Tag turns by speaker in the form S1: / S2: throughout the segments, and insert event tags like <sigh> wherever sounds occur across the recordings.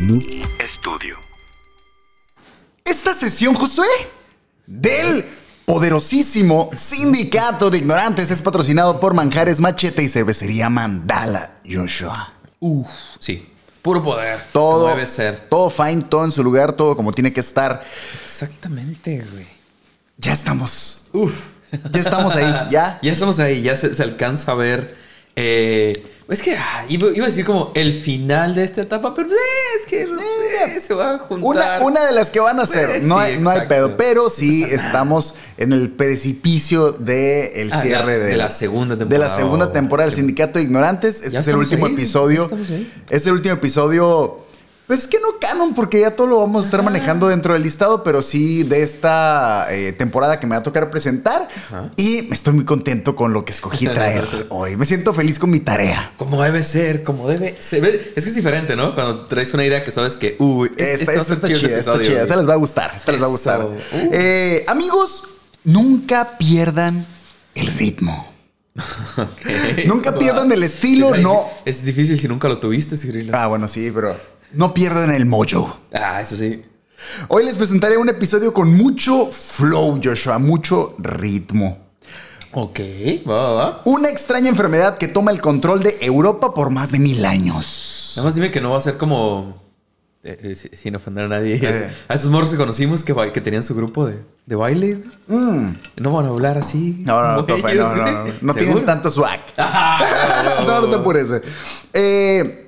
S1: Noob Studio.
S2: Esta sesión, Josué, del poderosísimo Sindicato de Ignorantes es patrocinado por Manjares Machete y Cervecería Mandala, Joshua.
S3: Uf, sí. Puro poder.
S2: Todo
S3: Como debe ser.
S2: Todo fine, todo en su lugar, todo como tiene que estar.
S3: Exactamente, güey.
S2: Ya estamos.
S3: Uf.
S2: Ya estamos ahí, <laughs> ya.
S3: Ya estamos ahí, ya se, se alcanza a ver. eh, es que ah, iba, iba a decir como el final de esta etapa, pero eh, es que eh, se va a
S2: Una,
S3: juntar.
S2: una de las que van a ser,
S3: Pues,
S2: no,
S3: sí,
S2: hay, no hay
S3: exacto.
S2: pedo, pero sí estamos en el precipicio del
S3: Ah,
S2: cierre
S3: ya,
S2: de,
S3: de la segunda
S2: De la
S3: temporada. oh,
S2: segunda temporada del Sindicato de Ignorantes. Este
S3: Ya
S2: es el
S3: estamos
S2: último
S3: ahí, ya
S2: episodio.
S3: estamos ahí.
S2: Es el último episodio. Pues que no canon, porque ya todo lo vamos a estar manejando dentro del listado, pero sí de esta eh, temporada que me va a tocar presentar. Y estoy muy contento con lo que
S3: <laughs>
S2: escogí traer hoy. Me siento feliz con mi tarea.
S3: Como debe ser, como debe ser. ¿Ves? Es que es diferente, ¿no? Cuando traes una idea que sabes que, uy,
S2: Esta,
S3: este- este va a
S2: esta
S3: ser
S2: está
S3: chido este
S2: chida, esta
S3: episodio,
S2: chida. Esta
S3: güey.
S2: les va a gustar. Esta les va a
S3: Eso.
S2: gustar.
S3: Uh.
S2: Eh, amigos, nunca pierdan el ritmo.
S3: Ok. <laughs>
S2: Nunca pierdan el estilo,
S3: ah, Es-
S2: no.
S3: Es difícil si nunca lo tuviste, Cirilo. Ah,
S2: Ah, bueno, sí, pero no pierdan el mojo.
S3: eso sí.
S2: Hoy les presentaré un episodio con mucho flow, Joshua, mucho ritmo.
S3: Ok, va, va, va.
S2: Una extraña enfermedad que toma el control de Europa por más de mil años.
S3: Nada más dime que no va a ser como. eh, eh, si- sin ofender a nadie.
S2: Eh.
S3: A esos morros que conocimos que, ba- que tenían su grupo de, de baile. güey. No van a hablar así.
S2: Mm. No, no, no,
S3: como
S2: profe,
S3: ellos,
S2: no, no,
S3: güey.
S2: no, no. No
S3: ¿Seguro?
S2: tienen
S3: <laughs>
S2: tanto swag.
S3: Ah,
S2: <laughs> no, no te apures. güey. Eh,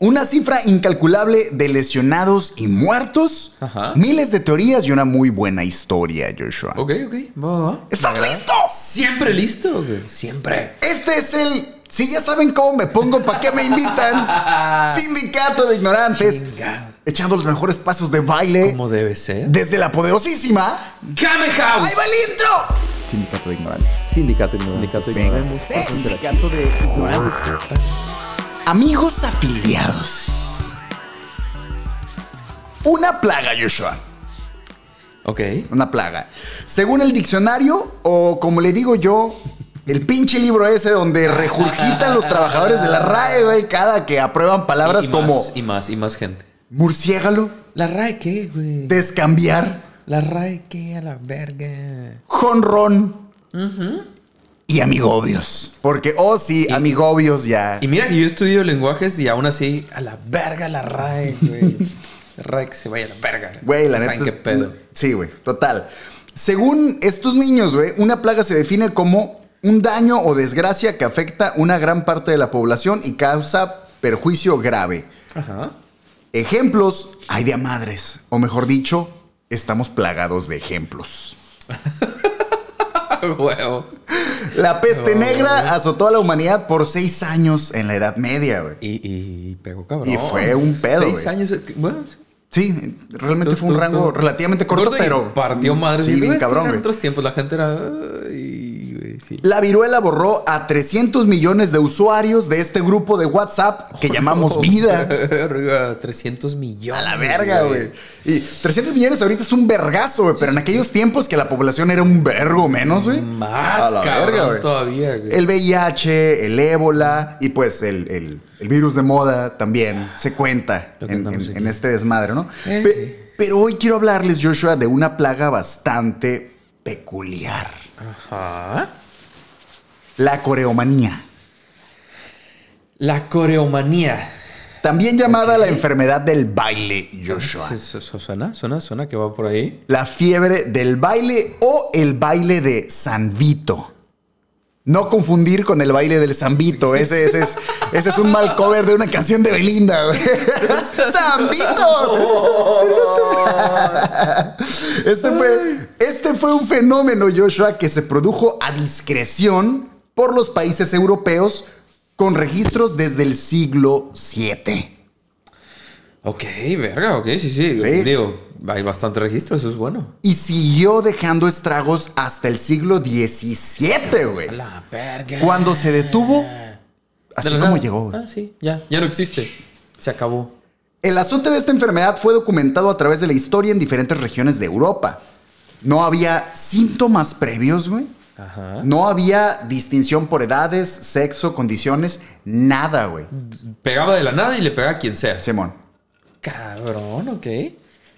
S2: una cifra incalculable de lesionados y muertos.
S3: Ajá.
S2: Miles de teorías y una muy buena historia, Joshua.
S3: Ok, ok, va, va, va.
S2: ¿Estás listo?
S3: Siempre listo, güey. Siempre.
S2: Este es el. Si ya saben cómo me pongo, ¿para qué me
S3: <laughs>
S2: invitan? Sindicato de ignorantes.
S3: Venga.
S2: Echando los mejores pasos de baile.
S3: Como debe ser.
S2: Desde la poderosísima.
S3: ¡Game House!
S2: ¡Ahí va el intro! Sindicato de ignorantes.
S3: Sindicato, sindicato,
S2: Amigos afiliados. Una plaga, Joshua.
S3: Ok.
S2: Una plaga. Según el diccionario, o como le digo yo, el pinche libro ese donde regurgitan los trabajadores de la RAE, güey, cada que aprueban palabras
S3: Y
S2: como
S3: Más, y más, y más gente.
S2: murciégalo,
S3: ¿La RAE qué, güey?
S2: descambiar,
S3: ¿La RAE qué a la verga?
S2: jonrón y amigobios. Porque, oh sí, amigobios ya.
S3: Y mira que yo estudio lenguajes y aún así, a la verga la RAE,
S2: <laughs>
S3: güey. La RAE que se vaya a la verga.
S2: Güey, la
S3: No
S2: neta.
S3: saben qué
S2: es-
S3: pedo.
S2: Sí, güey, total. Según estos niños, güey, una plaga se define como un daño o desgracia que afecta una gran parte de la población y causa perjuicio grave.
S3: Ajá. <laughs>
S2: Ejemplos hay de a madres, o mejor dicho, estamos plagados de ejemplos.
S3: Ah, Huevo.
S2: La peste negra azotó a la humanidad por seis años en la Edad Media, güey.
S3: Y, y pegó cabrón.
S2: Y fue un pedo,
S3: Seis
S2: güey.
S3: años. Bueno,
S2: Sí, realmente
S3: tú-
S2: fue un
S3: tú-
S2: rango
S3: tú-
S2: relativamente corto,
S3: corto y
S2: pero mm,
S3: Partió madre.
S2: Sí, bien cabrón,
S3: En
S2: güey.
S3: otros tiempos la gente era. Ay, güey, sí.
S2: La viruela borró a 300 millones de usuarios de este grupo de WhatsApp
S3: <laughs>
S2: que
S3: Oh,
S2: llamamos vida.
S3: Verga, 300 millones.
S2: A la verga, güey. Y 300 millones ahorita es un vergazo, güey. Pero en aquellos tiempos que la población era un vergo menos, güey.
S3: Mm. Más
S2: A la
S3: cabrón
S2: verga, güey. Eh.
S3: todavía, güey.
S2: El VIH, el ébola y pues el, el- el virus de moda también se cuenta
S3: Lo que
S2: en,
S3: andamos
S2: en-
S3: aquí.
S2: en este desmadre, ¿no?
S3: Eh,
S2: Pe-
S3: sí.
S2: Pero hoy quiero hablarles, Joshua, de una plaga bastante peculiar.
S3: Ajá.
S2: La coreomanía.
S3: La coreomanía.
S2: También llamada la enfermedad del baile, Joshua.
S3: <laughs> Eso, eso suena, suena, suena que va por ahí.
S2: La fiebre del baile o el baile de San Vito. No confundir con el baile del San Vito. Ese, ese es, ese es un mal cover de una canción de Belinda. güey. ¡San Vito! Este fue, este fue un fenómeno, Joshua, que se produjo a discreción por los países europeos con registros desde el siglo VII.
S3: Ok, verga, ok, sí, sí.
S2: Sí.
S3: Digo, hay bastante registro, eso es bueno.
S2: Y siguió dejando estragos hasta el siglo XVII, güey.
S3: La verga.
S2: Cuando se detuvo, así
S3: De la
S2: como
S3: nada.
S2: llegó. güey.
S3: Ah, sí, ya. Ya no existe. Se acabó.
S2: El azote de esta enfermedad fue documentado a través de la historia en diferentes regiones de Europa. No había síntomas previos, güey.
S3: Ajá.
S2: No había distinción por edades, sexo, condiciones, nada, güey.
S3: Pegaba de la nada y le pegaba a quien sea.
S2: Simón.
S3: Cabrón, ok.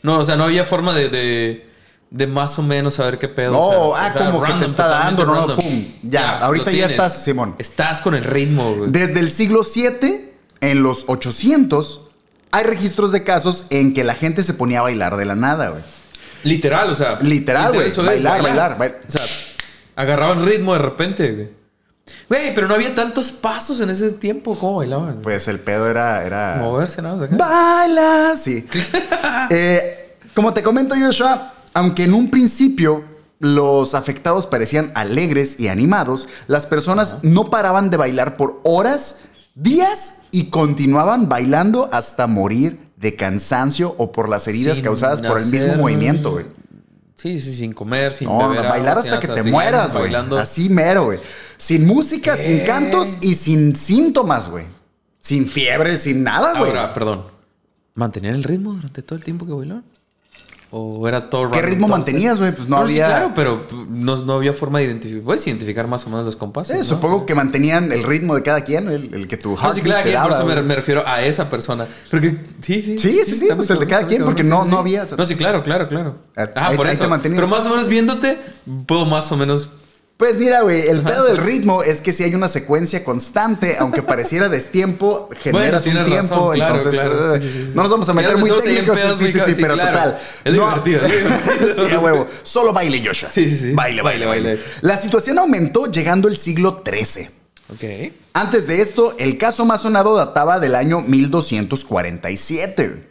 S3: No, o sea, no había forma de, de, de más o menos saber qué pedo.
S2: No,
S3: o sea,
S2: ah,
S3: era
S2: como que te está
S3: totalmente
S2: dando, no, no,
S3: random.
S2: pum, ya, ahorita
S3: lo
S2: ya
S3: tienes.
S2: estás, Simón.
S3: Estás con el ritmo, güey.
S2: Desde el siglo VII, en los 800, hay registros de casos en que la gente se ponía a bailar de la nada, güey.
S3: Literal, o sea.
S2: Literal, güey.
S3: eso es,
S2: Bailar, bailar, bail-
S3: O sea, agarraban ritmo de repente, güey. Güey, pero no había tantos pasos en ese tiempo. ¿Cómo bailaban?
S2: Pues el pedo era... era...
S3: Moverse nada más acá.
S2: ¡Baila!
S3: <laughs>
S2: Sí. Eh, como te comento, Joshua, aunque en un principio los afectados parecían alegres y animados, las personas no paraban de bailar por horas, días y continuaban bailando hasta morir de cansancio o por las heridas
S3: Sin
S2: causadas por el mismo
S3: hacer-
S2: movimiento, güey.
S3: Sí, sí, sin comer, sin
S2: No, no,
S3: beber. agua,
S2: bailar
S3: sin
S2: hasta
S3: nada,
S2: que
S3: o sea,
S2: te
S3: sí,
S2: mueras, güey.
S3: Bailando.
S2: Así mero, güey. Sin música, sin
S3: ¿Qué?
S2: cantos y sin síntomas, güey. Sin fiebre, sin nada, güey.
S3: Ahora, perdón. ¿Mantenían el ritmo durante todo el tiempo que bailaban? ¿O era todo
S2: ¿Qué
S3: random
S2: ritmo
S3: todo?
S2: mantenías, güey? Pues no
S3: Pero sí,
S2: había...
S3: claro, pero pues, no, no había forma de identificar. Puedes identificar más o menos los
S2: Sí,
S3: compases. ¿no?
S2: supongo que mantenían el ritmo de cada quien, el, el que tu
S3: Ah, sí,
S2: heartbeat
S3: claro,
S2: te
S3: que por
S2: daba,
S3: eso me,
S2: güey.
S3: me refiero a esa persona. Porque, sí, sí.
S2: Sí, sí, sí,
S3: está
S2: pues
S3: muy
S2: el de cada
S3: cabrón,
S2: quien,
S3: cabrón,
S2: porque
S3: sí,
S2: no-
S3: sí,
S2: no
S3: sí.
S2: había, o sea-
S3: no, sí, claro, claro, claro.
S2: Ah,
S3: Ah,
S2: ahí-
S3: por
S2: ahí
S3: eso.
S2: te mantenías.
S3: Pero más o menos viéndote, puedo más o menos.
S2: Pues mira, güey, el pedo del ritmo es que si hay una secuencia constante, aunque pareciera destiempo, generas
S3: tienes
S2: un tiempo,
S3: razón, claro,
S2: entonces
S3: claro,
S2: eh,
S3: sí, sí, sí.
S2: no nos vamos a meter
S3: Claro,
S2: muy
S3: todos ahí en
S2: técnicos, sí,
S3: pedos
S2: sí, sí,
S3: muy
S2: sí,
S3: cabros, sí,
S2: pero
S3: claro.
S2: total.
S3: Es divertido, es divertido.
S2: <laughs> sí, a huevo. Solo baile, Joshua.
S3: Sí, sí, sí.
S2: Baile, baile,
S3: Baile,
S2: baile.
S3: baile.
S2: La situación aumentó llegando el siglo XIII.
S3: Ok.
S2: Antes de esto, el caso más sonado databa del año 1247. güey.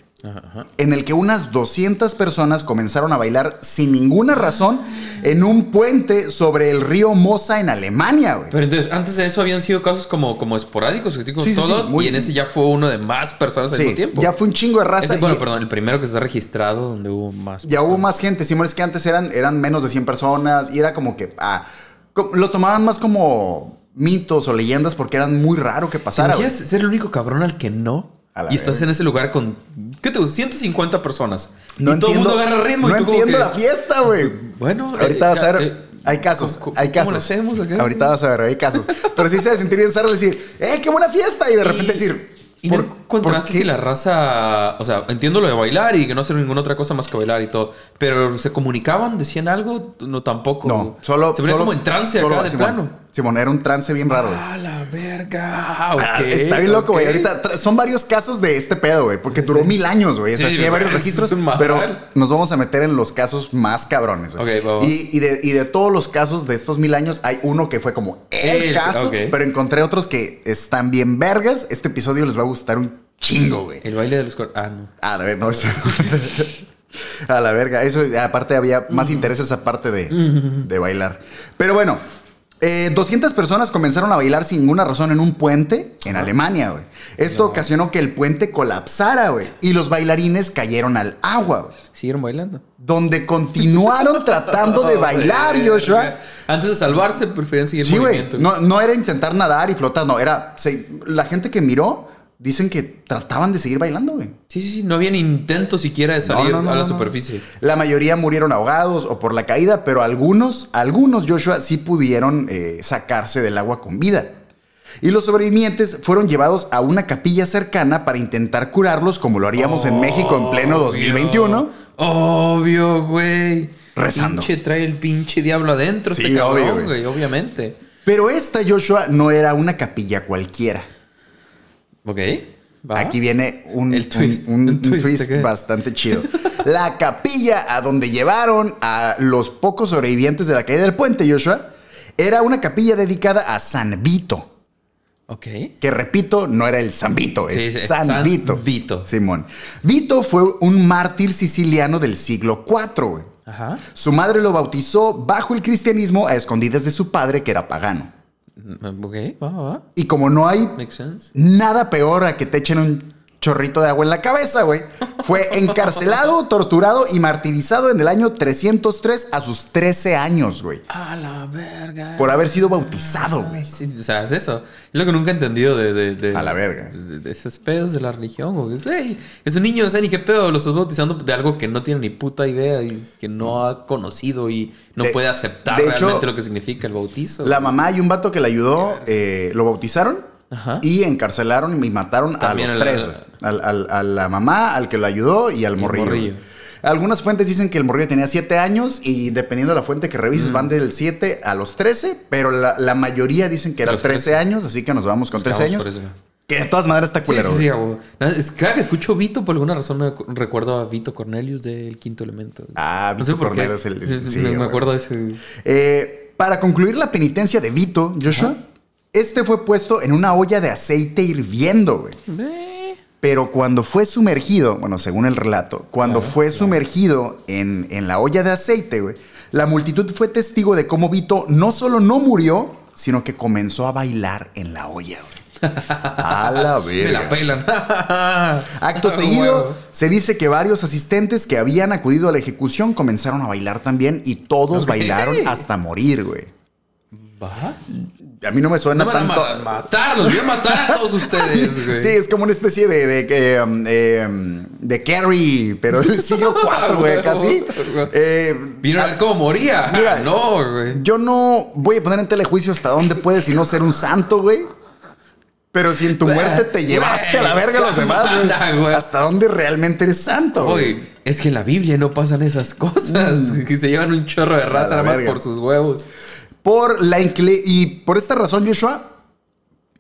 S2: en el que unas 200 personas comenzaron a bailar sin ninguna razón en un puente sobre el río Mosa en Alemania, güey.
S3: Pero entonces, antes de eso habían sido casos como, como esporádicos, que
S2: Sí, sí, sí,
S3: todos,
S2: muy-
S3: y en ese ya fue uno de más personas al
S2: Sí,
S3: mismo tiempo.
S2: ya fue un chingo de raza.
S3: Ese, bueno,
S2: y-
S3: perdón, el primero que está registrado donde hubo más.
S2: Ya hubo más gente, Simón, es que antes eran, eran menos de 100 personas y era como que ah, co- lo tomaban más como mitos o leyendas porque eran muy raro que pasara.
S3: ¿Te
S2: güey.
S3: imaginas ser el único cabrón al que no?
S2: A la
S3: Y estás
S2: verga.
S3: en ese lugar con, ¿qué te gusta? 150 personas.
S2: No
S3: y todo el mundo
S2: entiendo-
S3: agarra ritmo.
S2: No
S3: y tú como
S2: entiendo
S3: que-
S2: la fiesta, güey.
S3: Bueno,
S2: Ahorita
S3: eh,
S2: vas a ver.
S3: eh,
S2: hay casos,
S3: ¿cómo-
S2: hay
S3: cómo
S2: casos.
S3: lo hacemos acá?
S2: Ahorita vas a ver, hay casos. Pero sí se ha de sentir bien Sara decir, ¡eh, qué buena fiesta! Y de repente
S3: Y-
S2: decir,
S3: Y no
S2: "¿Por-
S3: encontraste
S2: por qué?".
S3: si la raza. O sea, entiendo lo de bailar y que no hacer ninguna otra cosa más que bailar y todo. Pero ¿se comunicaban? ¿Decían algo? No, tampoco.
S2: No, solo.
S3: Se veía
S2: solo-
S3: como en trance
S2: solo-
S3: acá de
S2: Simón.
S3: plano.
S2: Simón, era un trance bien raro, güey.
S3: ¡Ah, la verga!
S2: Ah,
S3: ok,
S2: está bien loco, güey.
S3: ok.
S2: Ahorita tra- son varios casos de este pedo, güey, porque duró mil años, güey. O sea,
S3: Sí,
S2: sí hay varios
S3: güey,
S2: registros,
S3: es un madral.
S2: pero nos vamos a meter en los casos más cabrones, güey.
S3: Ok, va, va.
S2: Y, y de, y de todos los casos de estos mil años, hay uno que fue como el,
S3: El-
S2: caso,
S3: ok.
S2: pero encontré otros que están bien vergas. Este episodio les va a gustar un chingo, güey.
S3: El baile de los cor- Ah, no.
S2: A la verga, no, eso. a la verga. Eso, aparte, había más intereses aparte de, de bailar. Pero bueno, eh, 200 personas comenzaron a bailar sin ninguna razón en un puente en Alemania, güey. Esto ocasionó que el puente colapsara, güey. Y los bailarines cayeron al agua, güey.
S3: Siguieron bailando.
S2: Donde continuaron tratando de bailar,
S3: Joder,
S2: Joshua.
S3: verga. Antes de salvarse, preferían seguir
S2: Sí, güey.
S3: movimiento.
S2: No, no era intentar nadar y flotar, no. Era. se- la gente que miró dicen que trataban de seguir bailando, güey.
S3: Sí, sí, sí. No había ni intento siquiera de salir
S2: no, no,
S3: a la
S2: no, no.
S3: superficie.
S2: La mayoría murieron ahogados o por la caída, pero algunos, algunos Joshua sí pudieron eh, sacarse del agua con vida. Y los sobrevivientes fueron llevados a una capilla cercana para intentar curarlos como lo haríamos en México en pleno
S3: Oh,
S2: 2021.
S3: Obvio, güey.
S2: Rezando.
S3: Pinche trae el pinche diablo adentro
S2: Sí,
S3: este cabrón,
S2: obvio, güey.
S3: güey, obviamente.
S2: Pero esta Joshua no era una capilla cualquiera.
S3: Ok. va.
S2: Aquí viene un,
S3: El
S2: un-
S3: twist,
S2: un-
S3: el
S2: un
S3: twist,
S2: twist
S3: ¿qué?
S2: bastante
S3: <laughs>
S2: chido. La capilla a donde llevaron a los pocos sobrevivientes de la caída del puente, Joshua, era una capilla dedicada a San Vito.
S3: Ok.
S2: Que repito, no era el San Vito, es,
S3: Sí, es
S2: San,
S3: San
S2: Vito.
S3: Vito.
S2: Simón. Vito fue un mártir siciliano del siglo IV, güey.
S3: Ajá.
S2: Su madre lo bautizó bajo el cristianismo a escondidas de su padre, que era pagano.
S3: Mm, Ok, va, va, va.
S2: Y como no hay
S3: Makes sense.
S2: nada peor a que te echen un chorrito de agua en la cabeza, güey, fue encarcelado, torturado y martirizado en el año 303 a sus 13 años, güey.
S3: A la verga.
S2: Por haber sido bautizado, güey.
S3: Sí, o sea, es eso. Es lo que nunca he entendido de. de- de-
S2: A la verga.
S3: De, de esos pedos de la religión, güey. Es, "Ey, es un niño, no sé ni qué pedo. Lo estás bautizando de algo que no tiene ni puta idea y que no ha conocido y no
S2: De-
S3: puede aceptar
S2: de hecho,
S3: realmente lo que significa el bautizo.
S2: La mamá y un vato que la ayudó eh, lo bautizaron
S3: Ajá.
S2: y encarcelaron y mataron a
S3: También
S2: los
S3: el-
S2: tres. güey. Al- al- a la mamá, al que lo ayudó y al morrillo.
S3: morrillo.
S2: Algunas fuentes dicen que el morrillo tenía 7 años y dependiendo de la fuente que
S3: Mm.
S2: revises van del 7 a los 13, pero la, la mayoría dicen que era
S3: Los
S2: 13,
S3: 13.
S2: años, así que nos vamos con 13 años.
S3: Por eso.
S2: Que de todas maneras está
S3: Sí,
S2: culero.
S3: sí,
S2: güey.
S3: sí, a huevo. No, es- Cada que escucho Vito, por alguna razón me acu- recuerdo a Vito Cornelius del Quinto Elemento.
S2: Ah,
S3: No sé
S2: Vito
S3: por qué.
S2: Cornelius, el-
S3: Sí, sí,
S2: sí,
S3: me- me
S2: güey.
S3: acuerdo de ese.
S2: Eh, para concluir la penitencia de Vito, Joshua, este fue puesto en una olla de aceite hirviendo, güey. Pero cuando fue sumergido, bueno, según el relato, cuando fue sumergido en, en la olla de aceite, güey, la multitud fue testigo de cómo Vito no solo no murió, sino que comenzó a bailar en la olla, güey.
S3: <laughs>
S2: A la
S3: Me la
S2: verga.
S3: pelan. <laughs>
S2: Acto
S3: Ah,
S2: seguido,
S3: huevo.
S2: se dice que varios asistentes que habían acudido a la ejecución comenzaron a bailar también y todos
S3: Ok.
S2: bailaron hasta morir, güey.
S3: ¿Va?
S2: A mí no me suena
S3: No van a
S2: tanto.
S3: ma- matar, los voy a matar a todos ustedes, güey.
S2: <laughs> Sí, es como una especie de, de, que, um, eh, um, de Carrie, pero del siglo IV, güey, casi. Eh,
S3: Vieron a ver cómo moría.
S2: Mira.
S3: no, güey.
S2: yo no voy a poner en telejuicio hasta dónde puedes y no ser un santo, güey. Pero si en tu muerte te
S3: Güey,
S2: llevaste a la verga a los demás,
S3: anda,
S2: güey.
S3: güey.
S2: ¿Hasta dónde realmente eres santo, güey? Mm.
S3: Oye, es que en la Biblia no pasan esas cosas. Que se llevan un chorro de raza
S2: la
S3: nada más
S2: verga.
S3: por sus huevos.
S2: Por la incre- y por esta razón, Joshua,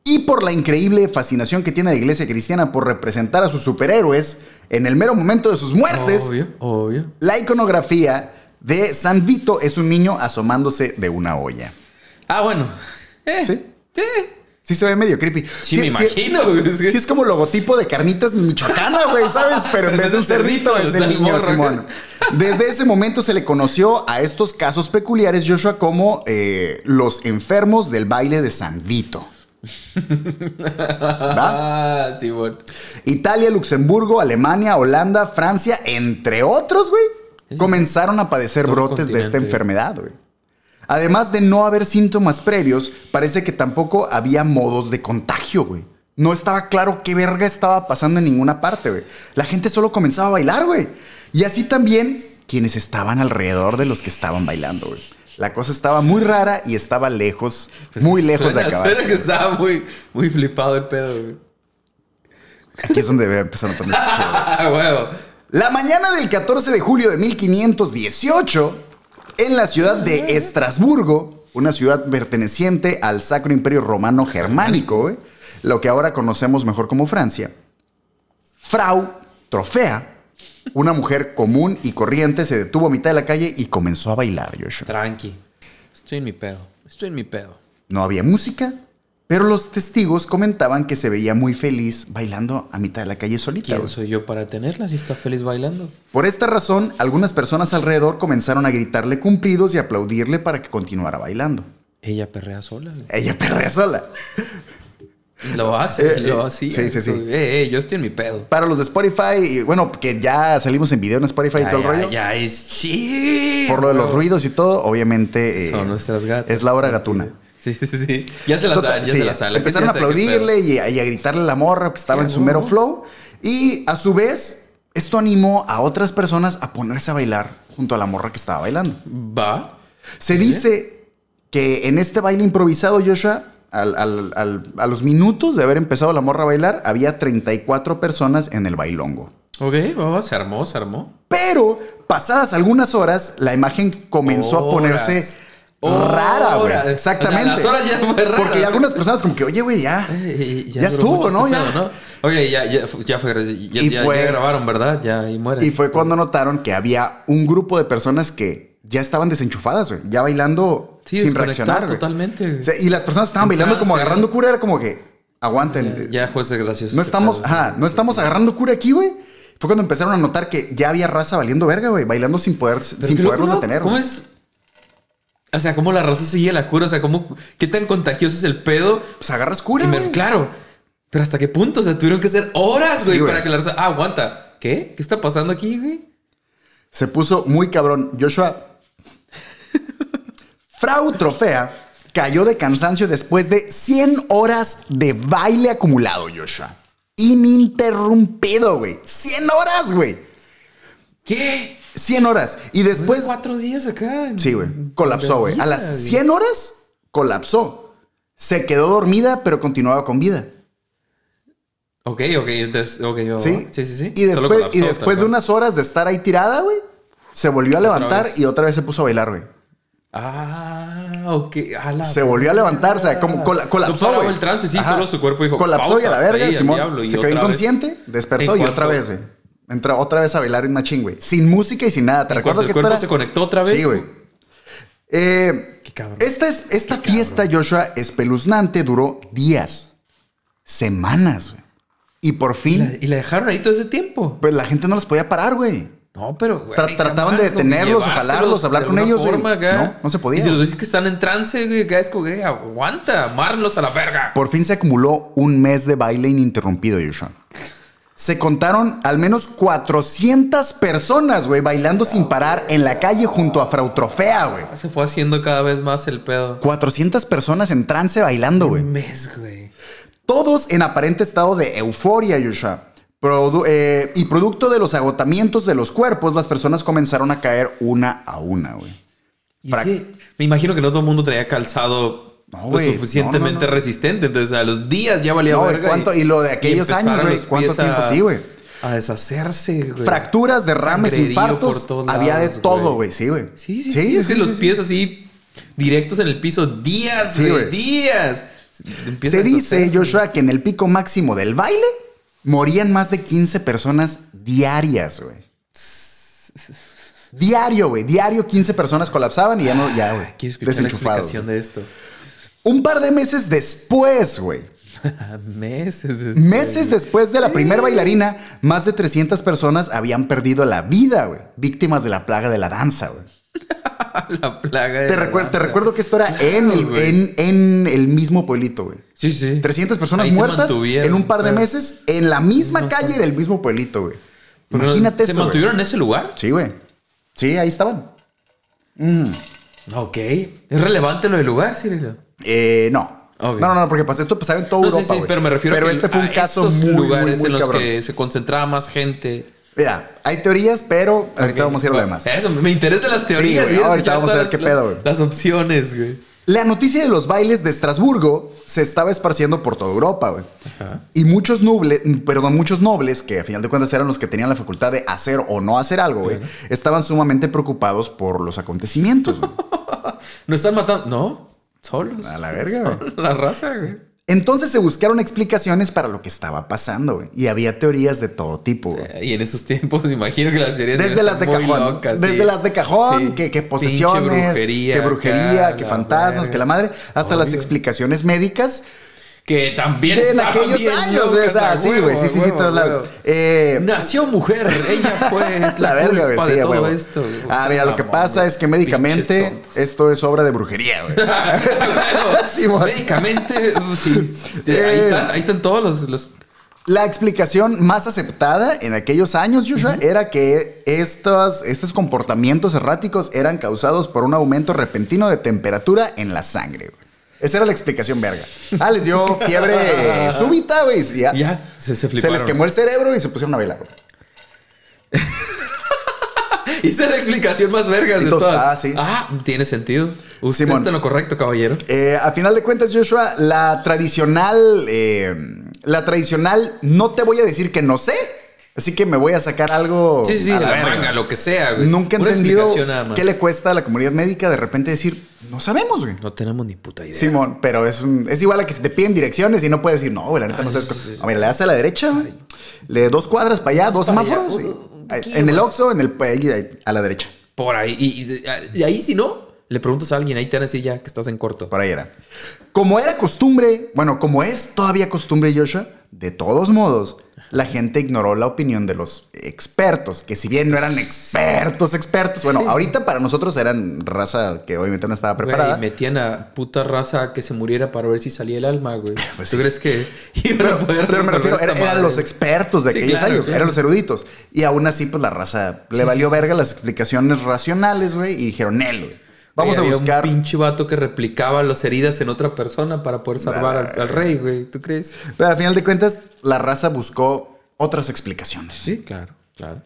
S2: y por la increíble fascinación que tiene la iglesia cristiana por representar a sus superhéroes en el mero momento de sus muertes,
S3: Obvio, obvio.
S2: la iconografía de San Vito es un niño asomándose de una olla.
S3: Ah, bueno. Eh,
S2: Sí.
S3: eh.
S2: Sí se ve medio creepy.
S3: Sí, me imagino, güey. Es que-
S2: Sí es como logotipo de carnitas michoacana, güey, ¿sabes? Pero en vez de un cerdito es el
S3: está el
S2: niño
S3: morro,
S2: Simón. Desde ese momento se le conoció a estos casos peculiares, Joshua, como eh, los enfermos del baile de San Vito. ¿Va?
S3: Ah, sí, bueno.
S2: Italia, Luxemburgo, Alemania, Holanda, Francia, entre otros, güey,
S3: Sí.
S2: comenzaron a padecer
S3: Todo
S2: brotes de esta
S3: continente.
S2: enfermedad, güey. Además de no haber síntomas previos, parece que tampoco había modos de contagio, güey. No estaba claro qué verga estaba pasando en ninguna parte, güey. La gente solo comenzaba a bailar, güey. Y así también quienes estaban alrededor de los que estaban bailando, güey. La cosa estaba muy rara y estaba lejos,
S3: Pues
S2: muy
S3: sí,
S2: lejos
S3: suena-
S2: de acabar.
S3: Suena que estaba muy, muy flipado el pedo, güey.
S2: Aquí es donde voy a empezar a ponerse chido.
S3: <laughs> Ah, huevo.
S2: La mañana del 14 de julio de 1518, en la ciudad de Estrasburgo, una ciudad perteneciente al Sacro Imperio Romano Germánico, ¿eh? lo que ahora conocemos mejor como Francia, Frau Trofea, una mujer común y corriente, se detuvo a mitad de la calle y comenzó a bailar, Joshua.
S3: Tranqui. Estoy en mi pedo. Estoy en mi pedo.
S2: No había música, pero los testigos comentaban que se veía muy feliz bailando a mitad de la calle solita.
S3: ¿Quién
S2: güey.
S3: soy yo para tenerla si está feliz bailando?
S2: Por esta razón, algunas personas alrededor comenzaron a gritarle cumplidos y aplaudirle para que continuara bailando.
S3: Ella perrea sola. güey.
S2: Ella <laughs> perrea sola.
S3: Lo hace,
S2: Eh, eh,
S3: lo hacía.
S2: sí, sí, sí.
S3: Eh, eh, yo estoy en mi pedo.
S2: Para los de Spotify, y bueno, que ya salimos en video en Spotify y todo el
S3: Ya,
S2: rollo.
S3: ya es sí.
S2: Por lo de los ruidos y todo, obviamente. eh,
S3: Son nuestras gatas.
S2: Es Laura Gatuna.
S3: Sí, sí, sí. Ya se las
S2: Total,
S3: dan, ya
S2: sí,
S3: se las dan. La
S2: Empezaron a
S3: gente ya sabe qué
S2: aplaudirle y a, y a gritarle a la morra que estaba
S3: Sí,
S2: en su
S3: ¿no?
S2: mero flow. Y a su vez, esto animó a otras personas a ponerse a bailar junto a la morra que estaba bailando.
S3: pedo. Va.
S2: Se dice que en este baile improvisado, Joshua, al- al- al- a los minutos de haber empezado la morra a bailar, había 34 personas en el bailongo.
S3: Ok, va, va, se armó, se armó.
S2: Pero, pasadas algunas horas, la imagen comenzó a ponerse
S3: Horas.
S2: rara, güey.
S3: Horas.
S2: Exactamente.
S3: O sea, las horas ya fue rara.
S2: Porque hay algunas personas como que, oye, güey, ya.
S3: Eh, eh,
S2: Ya
S3: duró
S2: estuvo,
S3: mucho
S2: ¿no?
S3: este
S2: Ya.
S3: pedo, Oye, ya, ya, fu- ya fue. Ya,
S2: Y
S3: ya-
S2: fue-
S3: ya grabaron, ¿verdad? Ya ahí muere.
S2: Y fue cuando notaron que había un grupo de personas que ya estaban desenchufadas, güey. Ya bailando
S3: Sí,
S2: sin
S3: desconectadas
S2: reaccionar, güey.
S3: totalmente, güey.
S2: O sea, y las personas estaban
S3: En
S2: bailando como
S3: trance.
S2: agarrando cura. Era como que, aguanten.
S3: Ya, juez de gracioso.
S2: No
S3: este
S2: estamos,
S3: pedo.
S2: ajá, no estamos agarrando cura aquí, güey. Fue cuando empezaron a notar que ya había raza valiendo verga, güey, bailando sin poder,
S3: Pero
S2: sin
S3: qué loco,
S2: poderlos
S3: ¿no?
S2: detener.
S3: ¿Cómo
S2: güey.
S3: es? O sea, ¿cómo la raza sigue la cura? O sea, ¿cómo, ¿qué tan contagioso es el pedo?
S2: Pues agarras cura,
S3: Y me-
S2: güey.
S3: claro. Pero ¿hasta qué punto? O sea, tuvieron que hacer horas, güey,
S2: güey.
S3: para que la raza... Ah, aguanta. ¿Qué? ¿Qué está pasando aquí, güey?
S2: Se puso muy cabrón. Joshua. Frau Trofea cayó de cansancio después de 100 horas de baile acumulado, Joshua. Ininterrumpido, güey. 100 horas, güey.
S3: ¿Qué?
S2: 100 horas. Y
S3: Pues
S2: después.
S3: cuatro días acá.
S2: Sí, güey. Colapsó, güey. A las
S3: 100
S2: 100 horas, colapsó. Se quedó dormida, pero continuaba con vida.
S3: Ok, ok, entonces, ok, yo-
S2: ¿Sí?
S3: Oh, sí, sí, sí.
S2: Y
S3: Solo
S2: después,
S3: colapsó,
S2: y
S3: tal
S2: después de
S3: cual.
S2: unas horas de estar ahí tirada, güey, se volvió a levantar
S3: vez.
S2: y otra vez se puso a bailar, güey.
S3: Ah, ok. a la
S2: Se volvió a levantar, o sea, como cola-
S3: No
S2: colapsó,
S3: paraba
S2: güey.
S3: el trance, sí,
S2: Ajá.
S3: solo su cuerpo dijo,
S2: Colapsó
S3: "Pausa,
S2: y a la verga,
S3: ahí, al
S2: Simón.
S3: diablo", y
S2: se quedó
S3: otra vez.
S2: inconsciente, despertó
S3: En
S2: y otra
S3: cuanto-
S2: vez, güey. Entró otra vez a bailar en machín, güey. Sin música y sin nada. Te
S3: En
S2: recuerdo
S3: cuanto
S2: que
S3: el cuerpo
S2: esta era-
S3: se conectó otra vez.
S2: Sí, güey. Eh,
S3: Qué cabrón.
S2: esta es, esta fiesta, Joshua, espeluznante, duró días, semanas, güey. Y por
S3: Y
S2: fin,
S3: la, y la dejaron ahí todo ese tiempo.
S2: pues la gente no los podía parar, güey.
S3: No, pero. güey,
S2: Tra-
S3: qué
S2: trataban de
S3: mal, como
S2: detenerlos,
S3: llevárselos
S2: jalarlos, hablar
S3: de
S2: con
S3: alguna
S2: ellos, güey.
S3: forma acá.
S2: No, no se podía,
S3: Y si los
S2: güey.
S3: decís que están en trance, güey, acá es como, güey, aguanta, amarlos a la verga.
S2: Por fin se acumuló un mes de baile ininterrumpido, Joshua. Se contaron al menos 400 personas, güey, bailando sin parar en la calle junto a Frautrofea, güey.
S3: Se fue haciendo cada vez más el pedo.
S2: 400 personas en trance bailando, güey.
S3: Un mes, güey.
S2: Todos en aparente estado de euforia, Joshua. Produ- eh, y producto de los agotamientos de los cuerpos, las personas comenzaron a caer una a una, güey.
S3: Y
S2: Pra-
S3: es que me imagino que no todo el mundo traía calzado
S2: No,
S3: pues,
S2: güey, no, no,
S3: suficientemente
S2: no.
S3: resistente. Entonces, a los días ya valía
S2: No, güey,
S3: verga.
S2: ¿cuánto? Y lo de aquellos años,
S3: empezaron
S2: güey,
S3: los
S2: ¿cuánto
S3: pies a-
S2: tiempo? Sí, güey.
S3: A deshacerse, güey.
S2: Fracturas, derrames,
S3: Sangrerío
S2: infartos.
S3: por todos
S2: había de
S3: lados,
S2: todo, güey. Sí, güey.
S3: Sí, sí, sí. es que los
S2: sí, sí.
S3: pies así directos en el piso. Días,
S2: Sí,
S3: güey.
S2: güey.
S3: días. Empieza
S2: Se
S3: a
S2: dice,
S3: deshacer,
S2: Joshua, que en el pico máximo del baile morían más de 15 personas diarias,
S3: <laughs>
S2: güey. Diario, güey. Diario 15 personas colapsaban y ya no, ya, güey.
S3: güey. Ah, Quiero escuchar la
S2: Desenchufados.
S3: explicación de esto. <laughs>
S2: Un par de meses después, güey.
S3: Meses después.
S2: Meses después de la primera bailarina, más de 300 personas habían perdido la vida, güey. Víctimas de la plaga de la danza, güey.
S3: La plaga de
S2: Te,
S3: la
S2: recuer- te
S3: danza.
S2: recuerdo que esto era en, el,
S3: güey.
S2: en, en el mismo pueblito, güey.
S3: Sí, sí.
S2: 300 personas
S3: Ahí se
S2: muertas
S3: mantuvieron,
S2: en un par de
S3: pero-
S2: meses en la misma calle en el mismo pueblito, güey.
S3: pero
S2: Imagínate
S3: ¿Se
S2: eso. güey.
S3: mantuvieron en ese lugar?
S2: Sí, güey. Sí, ahí estaban.
S3: Ok. ¿Es relevante lo del lugar, Cirilo?
S2: Eh, no.
S3: Ok.
S2: No, no, no, porque pues, esto pasaba en toda
S3: No, sí,
S2: Europa,
S3: sí,
S2: güey.
S3: pero me refiero
S2: Pero
S3: a que
S2: este fue un
S3: a
S2: caso
S3: esos
S2: muy, muy,
S3: lugares
S2: muy
S3: en los
S2: cabrón.
S3: que se concentraba más gente.
S2: Mira, hay teorías, pero ahorita vamos a ir a lo demás.
S3: Eso, me interesan las teorías.
S2: güey,
S3: quiero
S2: ahorita
S3: escuchar
S2: vamos a ver
S3: todas
S2: qué
S3: las-
S2: pedo, güey.
S3: Las opciones, güey.
S2: La noticia de los bailes de Estrasburgo se estaba esparciendo por toda Europa, güey.
S3: Ajá.
S2: Y muchos nobles, perdón, muchos nobles, que a final de cuentas eran los que tenían la facultad de hacer o no hacer algo, güey, estaban sumamente preocupados por los acontecimientos,
S3: <laughs>
S2: güey.
S3: No están matando. No, solos.
S2: A la verga, güey.
S3: Solos, <laughs> La raza, güey.
S2: Entonces se buscaron explicaciones para lo que estaba pasando, güey. Y había teorías de todo tipo, güey.
S3: Y en estos tiempos, <laughs> imagino que las teorías.
S2: Desde
S3: están
S2: las de
S3: muy
S2: cajón.
S3: locas,
S2: desde
S3: sí.
S2: las de cajón,
S3: Sí.
S2: que, que
S3: Pinche
S2: posesiones, que brujería,
S3: acá,
S2: que
S3: la
S2: fantasmas,
S3: verga.
S2: que la madre. Hasta las
S3: Obvio.
S2: explicaciones médicas
S3: Que también.
S2: de en
S3: estaban
S2: aquellos
S3: bien
S2: años, güey.
S3: locas,
S2: O sea,
S3: a
S2: sí,
S3: huevo,
S2: güey. Sí,
S3: a
S2: sí, sí,
S3: huevo,
S2: todas
S3: a
S2: las-
S3: huevo.
S2: Eh, <laughs>
S3: Nació mujer, ella fue es
S2: la verga, güey.
S3: culpa
S2: Sí,
S3: de
S2: a
S3: todo
S2: huevo.
S3: esto. güey.
S2: Ah, mira, lo que
S3: Mamón,
S2: pasa
S3: güey.
S2: es que médicamente
S3: Pinches
S2: esto es obra de brujería, güey. <laughs>
S3: tontos.
S2: Simón.
S3: Médicamente,
S2: <laughs>
S3: uh, sí. Sí, Ahí
S2: Eh.
S3: están, ahí están todos los. los-
S2: La explicación más aceptada en aquellos años, Joshua, era que estos, estos comportamientos erráticos eran causados por un aumento repentino de temperatura en la sangre. güey. Esa era la explicación, verga. Ah, les dio fiebre
S3: <laughs>
S2: eh, súbita, güey. y Ya.
S3: Ya, se, se
S2: se
S3: fliparon.
S2: les
S3: <laughs>
S2: quemó el cerebro y se pusieron a bailar. güey.
S3: Esa es la explicación más vergas
S2: Y
S3: de
S2: todos,
S3: todas.
S2: ah, sí.
S3: Ah, tiene sentido. Usted
S2: Simón.
S3: está en lo correcto, caballero.
S2: Eh, a final de cuentas, Joshua, la tradicional, eh, la tradicional, no te voy a decir que no sé, así que me voy a sacar algo
S3: Sí, sí, sí,
S2: a
S3: la,
S2: verga.
S3: manga, lo que sea, güey.
S2: Nunca he
S3: Una
S2: entendido
S3: explicación nada más.
S2: qué le cuesta a la comunidad médica de repente decir, no sabemos, güey.
S3: No tenemos ni puta idea.
S2: Simón, pero es, un- es igual a que si te piden direcciones y no puedes decir, no, güey, la neta no
S3: Ay,
S2: sabes.
S3: Ah, sí,
S2: cu-".
S3: sí, sí.
S2: A ver, le das a la derecha, le dos cuadras para allá, dos
S3: para allá,
S2: semáforos.
S3: un-
S2: sí.
S3: un
S2: Ahí,
S3: poquillo
S2: En el
S3: más.
S2: Oxxo, en el ahí, ahí, a la derecha.
S3: Por ahí. Y, y- y ahí, si no, le preguntas a alguien, ahí te van a decir ya que estás en corto.
S2: Por ahí era. Como era costumbre, bueno, como es todavía costumbre, Joshua, de todos modos, la gente ignoró la opinión de los expertos, que si bien no eran expertos, expertos, bueno, ahorita para nosotros eran raza que obviamente no estaba
S3: Güey,
S2: preparada.
S3: metían a puta raza a que se muriera para ver si salía el alma, güey.
S2: <laughs> Pues
S3: ¿Tú
S2: sí.
S3: crees que iban a
S2: Pero,
S3: poder
S2: pero me
S3: resolver
S2: refiero,
S3: esta
S2: era- eran
S3: madre?
S2: los expertos de
S3: Sí,
S2: aquellos
S3: claro,
S2: años,
S3: claro.
S2: eran los eruditos. Y aún así, pues la raza le valió verga las explicaciones racionales, güey, y dijeron, Nel, güey, vamos
S3: Güey,
S2: a
S3: había
S2: buscar.
S3: Un pinche vato que replicaba las heridas en otra persona para poder salvar al, al rey, güey. ¿Tú crees?
S2: Pero al final de cuentas, la raza buscó otras explicaciones.
S3: Sí, claro, claro.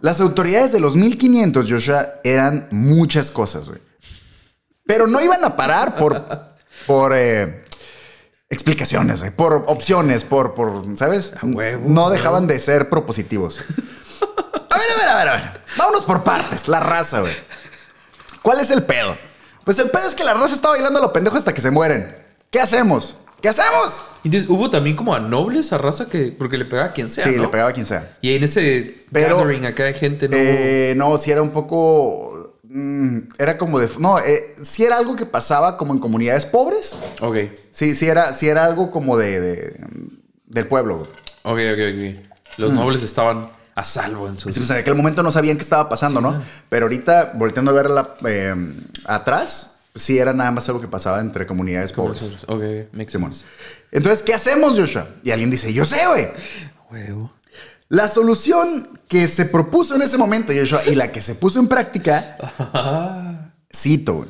S2: Las autoridades de los 1500, Joshua, eran muchas
S3: <laughs>
S2: cosas, güey. Pero no iban a parar por. por eh, explicaciones, güey, por opciones, por, por ¿sabes?
S3: A huevo,
S2: no
S3: a
S2: dejaban de ser
S3: <laughs>
S2: propositivos. A ver, a ver, a ver, a ver. Vámonos por partes, la raza, güey. ¿Cuál es el pedo? Pues el pedo es que la raza está bailando a lo pendejo hasta que se mueren. ¿Qué hacemos? ¿Qué hacemos?
S3: Entonces hubo también como a nobles, a raza que. Porque le pegaba a quien sea.
S2: sí,
S3: ¿no?
S2: le pegaba a quien sea.
S3: Y en ese
S2: Pero-
S3: gathering acá de gente no.
S2: Eh, no, si era un poco. mm, era como de. No, si era algo que pasaba como en comunidades pobres.
S3: hubo- Ok.
S2: Sí, sí era, sí era algo como de, de- del pueblo. güey.
S3: Ok, ok, ok. Los nobles estaban a salvo en su.
S2: mm. Sí, pues, en aquel momento no sabían qué estaba pasando, ¿no? Pero ahorita, volteando a ver la, eh, atrás, sí era nada más algo que pasaba entre comunidades pobres.
S3: Ok, make
S2: Simón.
S3: sense.
S2: Entonces, ¿qué hacemos, Joshua? Y alguien dice, yo sé, güey.
S3: Huevo.
S2: La solución que se propuso en ese momento, Joshua, y la que se puso en
S3: <laughs>
S2: práctica, cito, güey,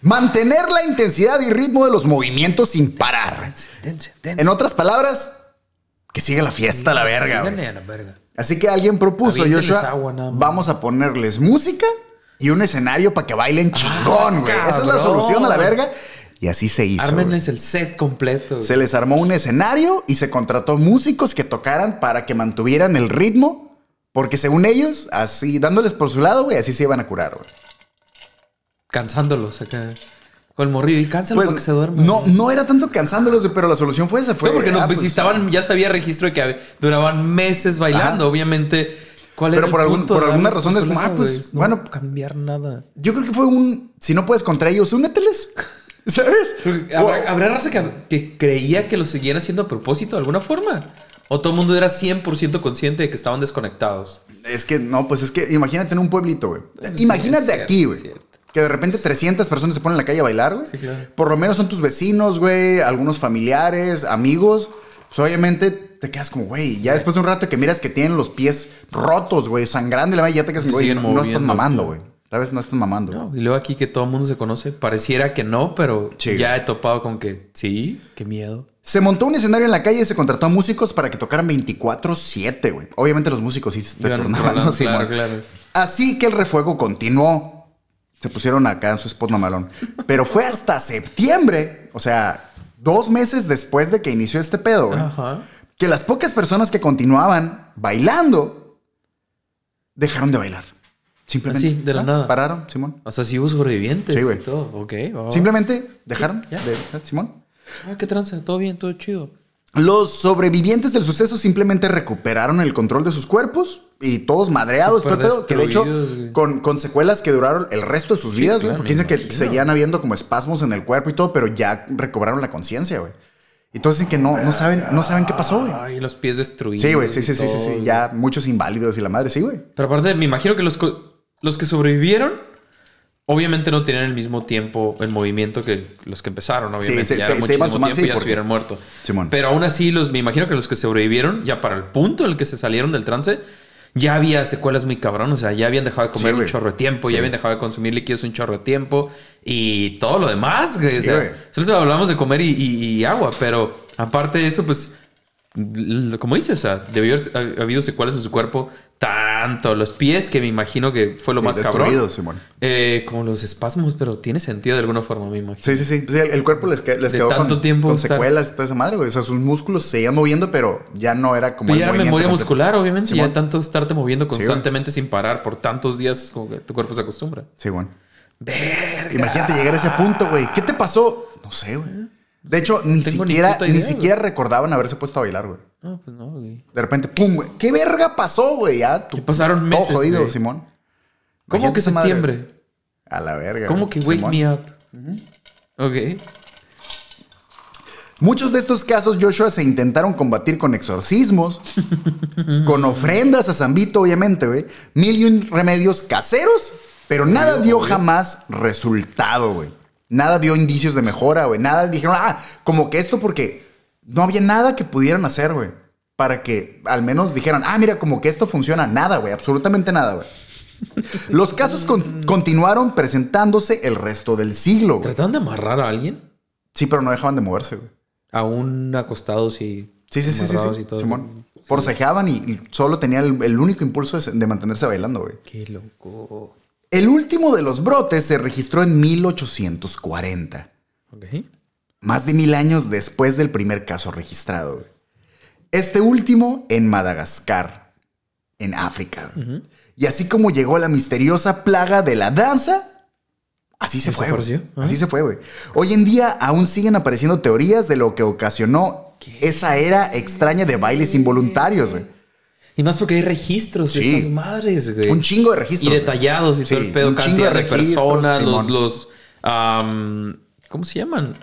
S2: mantener la intensidad y ritmo de los movimientos sin parar.
S3: Dense, dense.
S2: En otras palabras, que siga la fiesta a la verga. güey.
S3: Síganle a la verga.
S2: Así que alguien propuso,
S3: Aviéntenles
S2: Joshua,
S3: agua nada más.
S2: vamos a ponerles música y un escenario para que bailen chingón, güey. Esa es la
S3: cabrón.
S2: solución a la verga. Y así se hizo. güey.
S3: Ármenles el set completo.
S2: Se les armó un escenario y se contrató músicos que tocaran para que mantuvieran el ritmo. Porque según ellos, así, dándoles por su lado, güey, así se iban a curar, güey.
S3: Cansándolos acá. Con el morrillo. Y cánsalo para que
S2: Pues,
S3: se duerma.
S2: no, no era tanto cansándolos, güey, pero la solución fue esa. Fue,
S3: Fue porque no,
S2: ah,
S3: pues, si
S2: pues,
S3: estaban, ya sabía registro de que hab- duraban meses bailando,
S2: Ajá.
S3: obvientes obviamente. ¿Cuál
S2: Pero
S3: era
S2: por
S3: el
S2: algún-
S3: punto
S2: por
S3: de
S2: alguna
S3: darles
S2: razón es como,
S3: consola,
S2: ah, pues,
S3: güey? No
S2: bueno.
S3: cambiar nada.
S2: Yo creo que fue un, si no puedes contra ellos, úneteles. <laughs> ¿Sabes?
S3: ¿Habrá,
S2: Oh.
S3: habrá raza que, que creía que lo seguían haciendo a propósito de alguna forma? ¿O todo el mundo era 100% consciente de que estaban desconectados?
S2: Es que no, pues es que imagínate en un pueblito, güey.
S3: Bueno, sí,
S2: imagínate
S3: es cierto,
S2: aquí, güey.
S3: es cierto.
S2: Que de repente 300 personas se ponen en la calle a bailar, güey.
S3: Sí, claro.
S2: Por lo menos son tus vecinos, güey, algunos familiares, amigos. Pues obviamente te quedas como, güey, ya después de un rato que miras que tienen los pies rotos, güey, sangrando y la madre, ya te quedas como, güey,
S3: Siguen
S2: no, no estás
S3: moviendo,
S2: mamando,
S3: claro.
S2: güey. Sabes, no estás mamando.
S3: No, y luego aquí que todo el mundo se conoce, pareciera que no, pero
S2: Sí.
S3: ya he topado con que sí, qué miedo.
S2: Se montó un escenario en la calle y se contrató a músicos para que tocaran 24-7, güey. Obviamente los músicos sí se <laughs>
S3: Iban
S2: turnaban,
S3: rolando,
S2: ¿no, Simón?
S3: claro, claro.
S2: Así que el refuego continuó. Se pusieron acá en su spot mamalón. Pero fue hasta septiembre, o sea, dos meses después de que inició este pedo, güey,
S3: Ajá.
S2: que las pocas personas que continuaban bailando dejaron de bailar. Simplemente.
S3: Así, de la
S2: Ah,
S3: nada.
S2: Pararon, Simón.
S3: O sea, sí hubo sobrevivientes
S2: Sí, güey.
S3: y todo. Ok, va.
S2: Simplemente dejaron
S3: Oh. Ya.
S2: de Simón.
S3: Ah, qué tranza, todo bien, todo chido.
S2: Los sobrevivientes del suceso simplemente recuperaron el control de sus cuerpos y todos madreados, todo el
S3: Súper
S2: pedo, que de hecho
S3: destruidos, güey.
S2: con, con secuelas que duraron el resto de sus
S3: Sí,
S2: vidas, güey,
S3: claro,
S2: porque
S3: me
S2: dicen que
S3: imagino.
S2: seguían habiendo como espasmos en el cuerpo y todo, pero ya recobraron la conciencia, güey. Y todos dicen que no, no saben, no saben qué pasó, güey.
S3: Ay, los pies destruidos.
S2: Sí, güey, sí, sí,
S3: y
S2: sí, sí,
S3: todo,
S2: sí,
S3: güey.
S2: ya muchos inválidos y la madre, sí, güey.
S3: Pero aparte, me imagino que los, co- los que sobrevivieron, obviamente no tenían el mismo tiempo, el movimiento que los que empezaron, obviamente.
S2: se-
S3: ya
S2: se-
S3: era
S2: se iban
S3: muchísimo
S2: sumando,
S3: tiempo
S2: sí,
S3: y ya se
S2: porque-
S3: hubieran muerto.
S2: Simón.
S3: Pero aún así, los, me imagino que los que sobrevivieron, ya para el punto en el que se salieron del trance, ya había secuelas muy cabrón. O sea, ya habían dejado de comer
S2: Sí,
S3: un
S2: güey.
S3: chorro de tiempo,
S2: Sí.
S3: ya habían dejado de consumir líquidos un chorro de tiempo y todo lo demás, güey. o
S2: Sí,
S3: sea,
S2: güey.
S3: solo hablamos de comer y, y- y agua, pero aparte de eso, pues, l- como dices, o sea, debió haber ha- habido secuelas en su cuerpo tanto. Los pies, que me imagino que fue lo
S2: Sí,
S3: más cabrón.
S2: destruidos, Simón.
S3: Eh, como los espasmos, pero tiene sentido de alguna forma, me imagino.
S2: Sí, sí, sí. Sí, el, el cuerpo les, que- les
S3: De
S2: quedó
S3: tanto
S2: con,
S3: tiempo
S2: con
S3: estar-
S2: secuelas y toda esa madre, güey. O sea, sus músculos se seguían moviendo, pero ya no era como
S3: Pues
S2: el
S3: ya era
S2: movimiento
S3: memoria
S2: completo.
S3: muscular, obviamente.
S2: Simón.
S3: Ya tanto estarte moviendo
S2: güey.
S3: constantemente sin parar por tantos días, es como que tu cuerpo se acostumbra.
S2: Sí, bueno.
S3: Verga.
S2: Imagínate llegar a ese punto, güey. ¿Qué te pasó? No sé, güey. De hecho, ni
S3: tengo ni
S2: siquiera,
S3: puta
S2: ni,
S3: idea,
S2: siquiera recordaban haberse puesto a bailar, güey.
S3: No, pues no, güey.
S2: De repente, ¡pum! güey. ¿Qué verga pasó, güey? Ya tu-
S3: Y pasaron meses,
S2: Todo jodido,
S3: güey.
S2: Simón.
S3: ¿Cómo
S2: Imagínate
S3: que
S2: esa madre.
S3: septiembre?
S2: A la verga.
S3: ¿Cómo
S2: güey,
S3: que wake
S2: Simón.
S3: me up? Ok.
S2: Muchos de estos casos, Joshua, se intentaron combatir con exorcismos, con ofrendas a Zambito, obviamente, güey. Mil y un remedios caseros, pero nada dio jamás resultado, güey. Nada dio indicios de mejora, güey. Nada dijeron, ah, como que esto porque no había nada que pudieran hacer, güey. Para que al menos dijeran, ah, mira, como que esto funciona. Nada, güey. Absolutamente nada, güey. Los casos con- continuaron presentándose el resto del siglo, güey.
S3: ¿Trataron de amarrar a alguien?
S2: Sí, pero no dejaban de moverse, güey.
S3: Aún acostados y.
S2: Sí, sí, sí, sí,
S3: amarrados
S2: sí.
S3: y todo.
S2: Simón. Forcejeaban y, y solo tenía el, el único impulso de, de mantenerse bailando, güey.
S3: Qué loco.
S2: El último de los brotes se registró en 1840.
S3: Ok.
S2: más de mil años después del primer caso registrado. güey. Este último en Madagascar, en África. güey. Y así como llegó la misteriosa plaga de la danza, así se
S3: ¿Eso
S2: fue. güey.
S3: apareció? Ah.
S2: Así se fue, güey. Hoy en día aún siguen apareciendo teorías de lo que ocasionó esa era extraña de bailes involuntarios, güey.
S3: Y más porque hay registros
S2: Sí.
S3: de esas madres, güey.
S2: Un chingo de registros.
S3: Y
S2: güey.
S3: detallados y todo
S2: Sí,
S3: el pedo.
S2: un chingo
S3: Cantidad de,
S2: registros,
S3: personas, los...
S2: Simón.
S3: los am, ¿Cómo se llaman?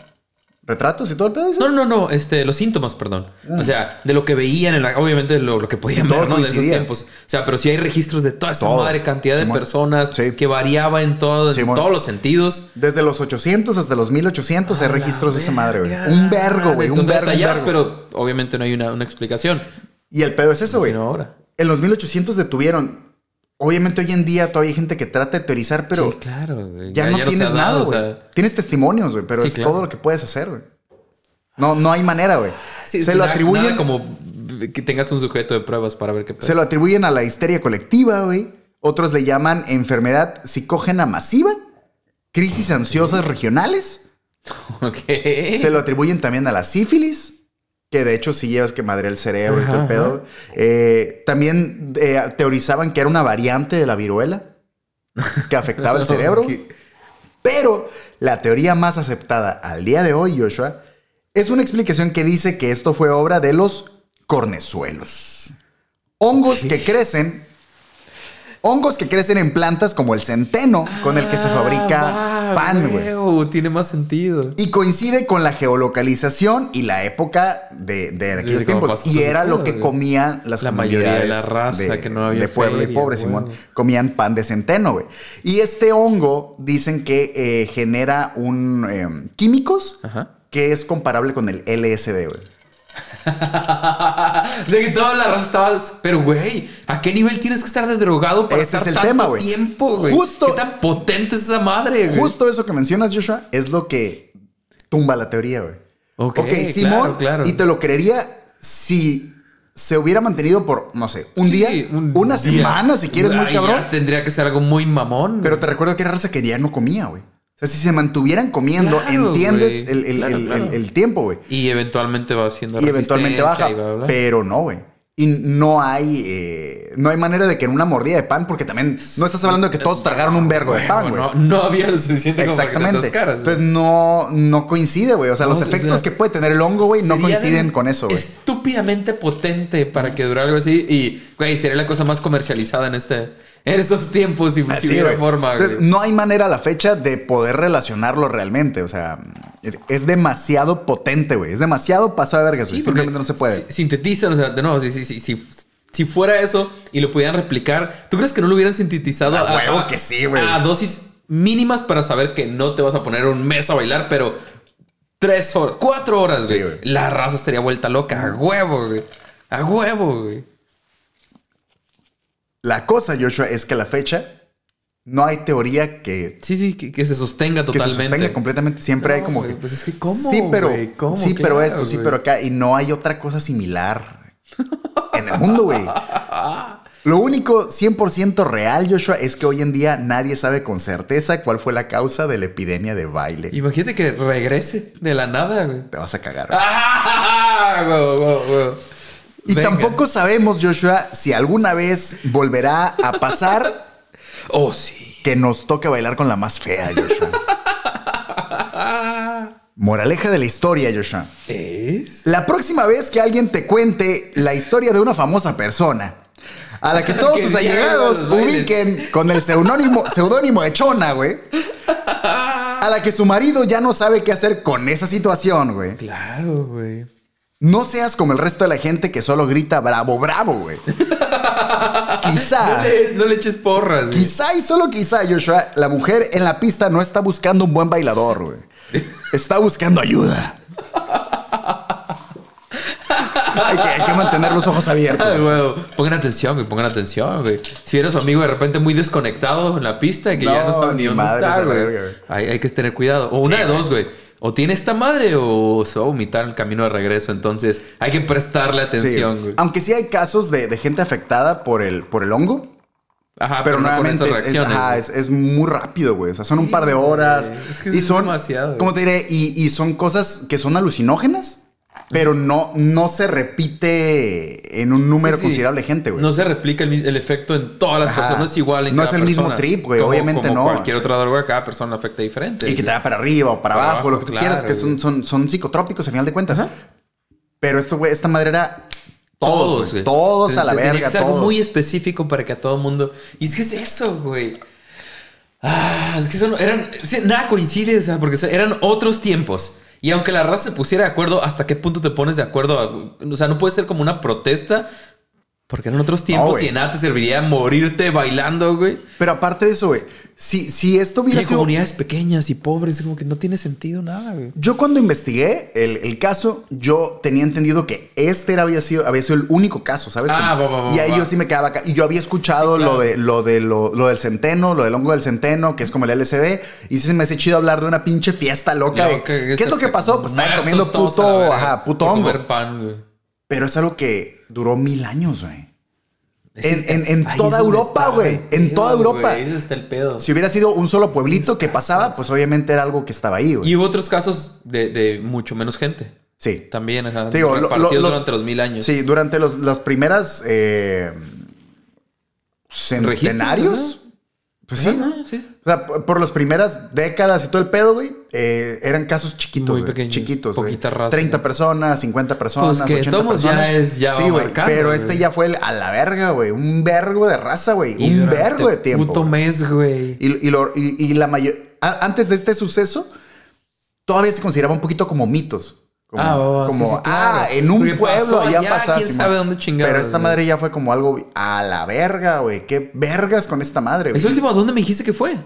S2: ¿Retratos y todo el pedo? dices?
S3: No, no, no, este, los síntomas, perdón. O sea, de lo que veían, en la- obviamente lo, lo que podían
S2: Y Mm. todo
S3: ver, ¿no? De esos
S2: coincidía.
S3: tiempos. O sea, pero sí hay registros de toda esa
S2: Todo.
S3: madre cantidad
S2: Simón.
S3: de personas
S2: Sí.
S3: que variaba en, todo, en
S2: Simón.
S3: todos los sentidos.
S2: Desde los 800 hasta los 1800 hay registros de esa madre, güey. Un vergo, güey. Un
S3: Entonces,
S2: vergo. un vergo.
S3: detallados, pero obviamente no hay una, una explicación.
S2: Y el pedo es eso, güey.
S3: Sino ahora.
S2: En los 1800 detuvieron. Obviamente hoy en día todavía hay gente que trata de teorizar, pero
S3: sí, claro. güey.
S2: ya, no
S3: se
S2: tienes
S3: ha
S2: nada,
S3: dado, o
S2: güey.
S3: sea,
S2: Tienes testimonios, güey, pero
S3: Sí,
S2: es
S3: claro.
S2: todo lo que puedes hacer, güey. No, no hay manera, güey.
S3: sí,
S2: se lo
S3: nada-
S2: atribuyen.
S3: nada como que tengas un sujeto de pruebas para ver qué
S2: Se lo atribuyen a la histeria colectiva, güey. Otros le llaman enfermedad psicógena masiva, crisis ansiosas regionales.
S3: <laughs> Ok.
S2: <laughs> Se lo atribuyen también a la sífilis, que de hecho si llevas que madre el cerebro y todo el
S3: Ajá,
S2: pedo. Eh, también eh, teorizaban que era una variante de la viruela que afectaba
S3: <laughs>
S2: el cerebro. Pero la teoría más aceptada al día de hoy, Joshua, es una explicación que dice que esto fue obra de los cornezuelos. Hongos que crecen. Hongos que crecen en plantas como el centeno, con el que se fabrica
S3: Ah,
S2: pan, güey.
S3: huevo, Tiene más sentido.
S2: Y coincide con la geolocalización y la época de, de aquellos
S3: Sí, como
S2: tiempos.
S3: pasó
S2: Y
S3: todo
S2: era
S3: el
S2: lo
S3: pedo,
S2: que
S3: güey.
S2: comían las
S3: La
S2: comunidades
S3: mayoría de la raza que no había
S2: de pueblo y
S3: feria,
S2: pobre,
S3: güey.
S2: Simón. Comían pan de centeno, güey. Y este hongo dicen que eh, genera un eh, químicos
S3: Ajá. <laughs>
S2: que es comparable con el LSD, güey.
S3: o sea que toda la raza estaba. Pero, güey, ¿a qué nivel tienes que estar de drogado para
S2: Ese
S3: estar
S2: es el
S3: tanto
S2: tema, güey.
S3: tiempo, güey?
S2: Justo-
S3: ¿Qué tan potente es esa madre, güey?
S2: Justo eso que mencionas, Joshua, es lo que tumba la teoría, güey.
S3: Ok, claro,
S2: Simón,
S3: claro.
S2: y te lo creería si se hubiera mantenido por, no sé, un
S3: Sí,
S2: día,
S3: un
S2: una
S3: día.
S2: semana, si quieres, muy
S3: Ay,
S2: cabrón.
S3: ya tendría que ser algo muy mamón.
S2: Pero
S3: güey.
S2: te recuerdo que era raza que ya no comía, güey. O sea, si se mantuvieran comiendo,
S3: Claro,
S2: entiendes
S3: güey.
S2: el, el-
S3: Claro,
S2: el-
S3: claro.
S2: el- el tiempo, güey.
S3: Y eventualmente va haciendo
S2: Y eventualmente
S3: resistencia
S2: baja.
S3: y bla, bla, bla.
S2: Pero no, güey. Y no hay, eh, no hay manera de que en una mordida de pan, porque también no estás hablando de que todos tragaron un vergo de pan, güey.
S3: No, no había lo suficiente como para que
S2: Exactamente.
S3: tantas caras. güey.
S2: Entonces no, no coincide, güey. O sea,
S3: No,
S2: los
S3: o sea,
S2: efectos que puede tener el hongo, güey, no
S3: Sería de-
S2: coinciden con eso, güey.
S3: Estúpidamente potente para que durara algo así. Y, güey, sería la cosa más comercializada en este. En esos tiempos, si, si
S2: Así,
S3: hubiera
S2: Ah, güey.
S3: forma,
S2: Entonces,
S3: güey.
S2: no hay manera a la fecha de poder relacionarlo realmente. O sea, es, es demasiado potente, güey. Es demasiado pasado de vergas, güey.
S3: Sí, porque
S2: Simplemente no se puede.
S3: si- Sintetizan, o sea, de nuevo, si, si, si, si, si fuera eso y lo pudieran replicar, ¿tú crees que no lo hubieran sintetizado
S2: A Ah, huevo que sí, güey.
S3: A dosis mínimas para saber que no te vas a poner un mes a bailar, pero tres horas, cuatro horas, güey.
S2: güey.
S3: la raza estaría vuelta loca. A huevo, güey. A huevo, güey.
S2: La cosa, Joshua, es que a la fecha no hay teoría que,
S3: Sí, sí, que, que se sostenga
S2: que se
S3: totalmente.
S2: sostenga completamente. Siempre
S3: No,
S2: hay como
S3: güey,
S2: que.
S3: pues es que ¿cómo,
S2: Sí, pero.
S3: güey? ¿Cómo?
S2: Sí, pero
S3: Claro,
S2: esto, sí,
S3: güey.
S2: pero acá. Y no hay otra cosa similar en el mundo, güey. Lo único 100% real, Joshua, es que hoy en día nadie sabe con certeza cuál fue la causa de la epidemia de baile.
S3: Imagínate que regrese de la nada, güey. <laughs>
S2: Te vas a cagar. güey.
S3: ¡Ah! Güey, güey, güey.
S2: Y
S3: Venga.
S2: tampoco sabemos, Joshua, si alguna vez volverá a pasar
S3: Oh, sí.
S2: que nos toque bailar con la más fea, Joshua. Moraleja de la historia, Joshua.
S3: ¿Es?
S2: La próxima vez que alguien te cuente la historia de una famosa persona, a la que todos
S3: <laughs> Que
S2: sus
S3: diga
S2: allegados
S3: los bailes.
S2: ubiquen con el seudónimo, seudónimo de Chona, güey. A la que su marido ya no sabe qué hacer con esa situación, güey.
S3: Claro, güey.
S2: No seas como el resto de la gente que solo grita bravo, bravo,
S3: <laughs>
S2: güey.
S3: No
S2: Quizá.
S3: le, no le eches porras, güey.
S2: Quizá y solo quizá, Joshua, la mujer en la pista no está buscando un buen bailador,
S3: <laughs>
S2: güey. Está buscando ayuda. hay, que, hay que mantener los ojos abiertos.
S3: Ah, güey. Pongan atención, güey. Pongan atención, güey. Si eres su amigo de repente muy desconectado en la pista que ya
S2: No,
S3: no sabe
S2: ni
S3: ni dónde
S2: madres a
S3: está,
S2: la
S3: güey.
S2: verga, güey.
S3: Hay, hay que tener cuidado. O una de dos, güey. O tiene esta madre o se va a vomitar en el camino de regreso. Entonces hay que
S2: Sí.
S3: prestarle
S2: Ah,
S3: atención, güey.
S2: Aunque sí hay casos de, de gente afectada por el, por el hongo
S3: Ajá,
S2: Pero, nuevamente
S3: esas
S2: es, es-
S3: reacciones,
S2: ajá,
S3: güey.
S2: es- es muy rápido, güey. O sea, son un par de
S3: güey.
S2: horas.
S3: Es que
S2: y
S3: es
S2: son,
S3: demasiado,
S2: ¿Cómo te diré? Y, y son cosas que son alucinógenas, pero no, no se repite en un número
S3: Sí, sí.
S2: considerable de gente, güey.
S3: No se replica el, mis- el efecto en todas las
S2: Ajá.
S3: personas, no es igual en
S2: No
S3: cada
S2: es el mismo
S3: persona.
S2: trip, güey,
S3: Como-
S2: obviamente
S3: como
S2: no.
S3: Cualquier otra droga, cada persona afecta diferente.
S2: y que te da para arriba o para,
S3: Este, Para
S2: abajo,
S3: abajo,
S2: lo que tú
S3: claro,
S2: quieras, que son,
S3: güey.
S2: son, son psicotrópicos a final de cuentas.
S3: Ajá.
S2: Pero esto, güey, esta madre era todos,
S3: Todos,
S2: güey,
S3: güey.
S2: todos, a la
S3: Tenía que
S2: verga,
S3: ser algo
S2: todos.
S3: muy específico para que a todo mundo. Y es que es eso, güey. Ah, es que eso no- eran. sí, Nada coincide, o sea, porque o sea, eran otros tiempos. Y aunque la raza se pusiera de acuerdo, ¿hasta qué punto te pones de acuerdo? O sea, no puede ser como una protesta. Porque eran otros tiempos
S2: güey.
S3: y de nada te serviría morirte bailando, güey.
S2: Pero aparte de eso, güey, si, si esto
S3: Y
S2: hubiera
S3: en
S2: sido...
S3: comunidades pequeñas y pobres, como que no tiene sentido nada, güey.
S2: Yo cuando investigué el, el caso, yo tenía entendido que este era, había, sido, había sido el único caso, ¿sabes?
S3: Ah,
S2: Como-
S3: va, va, va,
S2: y ahí
S3: va.
S2: yo sí me quedaba acá. Y yo había escuchado
S3: Sí, claro.
S2: lo, de, lo, de, lo, lo del centeno, lo del hongo del centeno, que es como el LSD. Y sí se me hace chido hablar de una pinche fiesta loca. de,
S3: No,
S2: ¿Qué
S3: que-
S2: es lo que pasó? Pues estaban
S3: muertos
S2: comiendo
S3: todos a la
S2: puto,
S3: verga
S2: ajá, puto
S3: por
S2: hongo.
S3: comer pan, güey.
S2: Pero es algo que duró mil años, güey. En- en- en toda
S3: Ahí es este donde
S2: Europa,
S3: estaba
S2: güey.
S3: el
S2: En
S3: pedo,
S2: toda Europa.
S3: güey. Ahí es donde está el pedo.
S2: Si hubiera sido un solo pueblito que pasaba, pues obviamente era algo que estaba ahí, güey.
S3: Y hubo otros casos de, de mucho menos gente.
S2: Sí.
S3: También, ajá.
S2: Te digo, lo-
S3: repartidos
S2: lo- lo-
S3: durante los mil años.
S2: Sí, durante los, las primeras eh,
S3: Registros,
S2: centenarios. Pues sí.
S3: Ajá,
S2: O
S3: sí.
S2: sea, por por las primeras décadas y todo el pedo, güey, eh, eran casos chiquitos.
S3: Muy
S2: güey,
S3: pequeños,
S2: Chiquitos. güey.
S3: poquita raza,
S2: 30
S3: güey.
S2: personas, 50 personas,
S3: Pues que
S2: 80
S3: todos ya
S2: personas.
S3: es- ya va
S2: sí, güey.
S3: marcando,
S2: Pero
S3: güey.
S2: este ya fue el- a la verga, güey. Un vergo de raza, güey.
S3: Y
S2: Un
S3: durante
S2: vergo de tiempo.
S3: Puto
S2: güey.
S3: mes, güey.
S2: Y, y lo- y- y la mayor. a- Antes de este suceso, todavía se consideraba un poquito como mitos. Como,
S3: Ah, va, va, sí,
S2: como,
S3: sí, claro.
S2: ah, en un
S3: Porque
S2: pueblo
S3: pasó
S2: allá
S3: allá,
S2: pasaba.
S3: quién
S2: Simón.
S3: sabe dónde chingados,
S2: Pero esta
S3: güey.
S2: madre ya fue como algo a la verga, güey. Qué vergas con esta madre, güey.
S3: ¿Es último a dónde me dijiste que fue?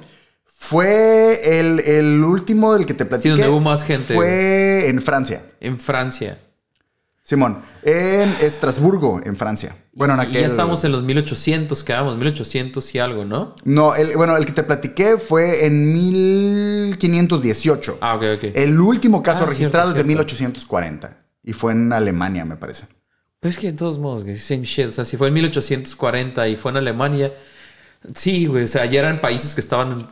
S2: Fue el, el último del que te platiqué.
S3: donde hubo más gente,
S2: Fue en Francia.
S3: En Francia.
S2: Simón, en Estrasburgo, en Francia. Bueno, en
S3: Y
S2: aquel.
S3: ya estamos en los 1800, quedamos 1800 y algo, ¿no?
S2: No, el, bueno, el que te platiqué fue en 1518.
S3: Ah, ok, ok.
S2: El último caso
S3: Ah,
S2: registrado
S3: cierto,
S2: es de 1840 y fue en Alemania, me parece.
S3: Pues es que de todos modos, güey, same shit. O sea, si fue en 1840 y fue en Alemania, sí, güey. O sea, ya eran países que estaban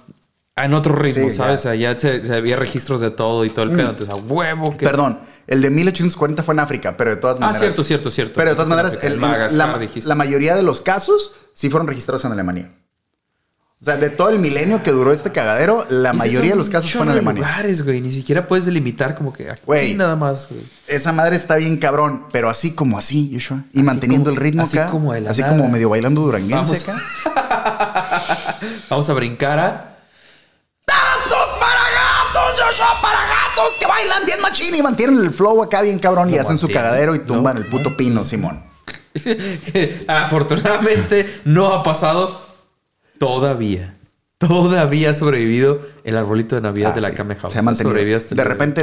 S3: en otro ritmo,
S2: Sí, Mm.
S3: ¿sabes? Allá se, se había registros de todo y todo el pedo. Entonces, a huevo que.
S2: Perdón, el de 1840 fue en África, pero de todas
S3: Ah,
S2: maneras.
S3: cierto, cierto, cierto.
S2: Pero de todas maneras, el- el-
S3: Madagascar,
S2: la,
S3: dijiste.
S2: la mayoría de los casos sí fueron registrados en Alemania. O sea, de todo el milenio que duró este cagadero, la
S3: Y esos
S2: mayoría de
S3: son
S2: los
S3: un
S2: casos fue en
S3: chorro de
S2: Alemania.
S3: lugares, güey. Ni siquiera puedes delimitar como que aquí
S2: Güey.
S3: nada más, güey.
S2: Esa madre está bien cabrón, pero así como así, Joshua. Y manteniendo
S3: como-
S2: el ritmo
S3: así
S2: acá.
S3: como de la
S2: así
S3: nada.
S2: como medio bailando duranguense
S3: Vamos.
S2: acá.
S3: Vamos a brincar a.
S2: ¡Gatos para gatos! Joshua para gatos que bailan bien machín y mantienen el flow acá bien cabrón y
S3: Lo
S2: hacen su
S3: mantienen.
S2: cagadero y tumban
S3: Lo
S2: el puto pino, Simón.
S3: <laughs> Afortunadamente no ha pasado todavía. Todavía ha sobrevivido el arbolito de Navidad
S2: Ah,
S3: de la
S2: sí.
S3: Came House.
S2: Se ha mantenido.
S3: Sobrevivido hasta el
S2: de
S3: día hoy.
S2: repente,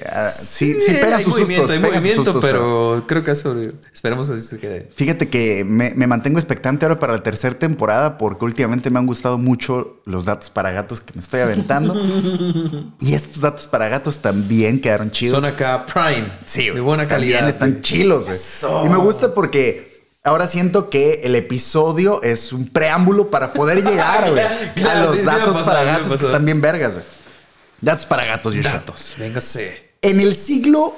S2: eh, ah, sí, sí,
S3: hay
S2: pega sus
S3: movimiento,
S2: sustos.
S3: hay
S2: pega sus
S3: movimiento,
S2: sustos,
S3: pero, creo que ha sobrevivido. Esperemos así se quede.
S2: Fíjate que me, me mantengo expectante ahora para la tercera temporada porque últimamente me han gustado mucho los datos para gatos que me estoy
S3: <laughs>
S2: aventando. y estos datos para gatos también quedaron chidos.
S3: Son acá Prime.
S2: Sí,
S3: De buena
S2: también
S3: calidad.
S2: Están chilos, güey.
S3: Eso.
S2: Y me gusta porque ahora siento que el episodio es un preámbulo para poder
S3: <laughs>
S2: llegar, güey,
S3: Claro,
S2: a los
S3: sí, sí me ha
S2: datos
S3: pasado,
S2: para
S3: sí me ha
S2: gatos que
S3: pasado.
S2: están bien vergas, güey. Datos para gatos, Joshua.
S3: Datos. Véngase.
S2: En el siglo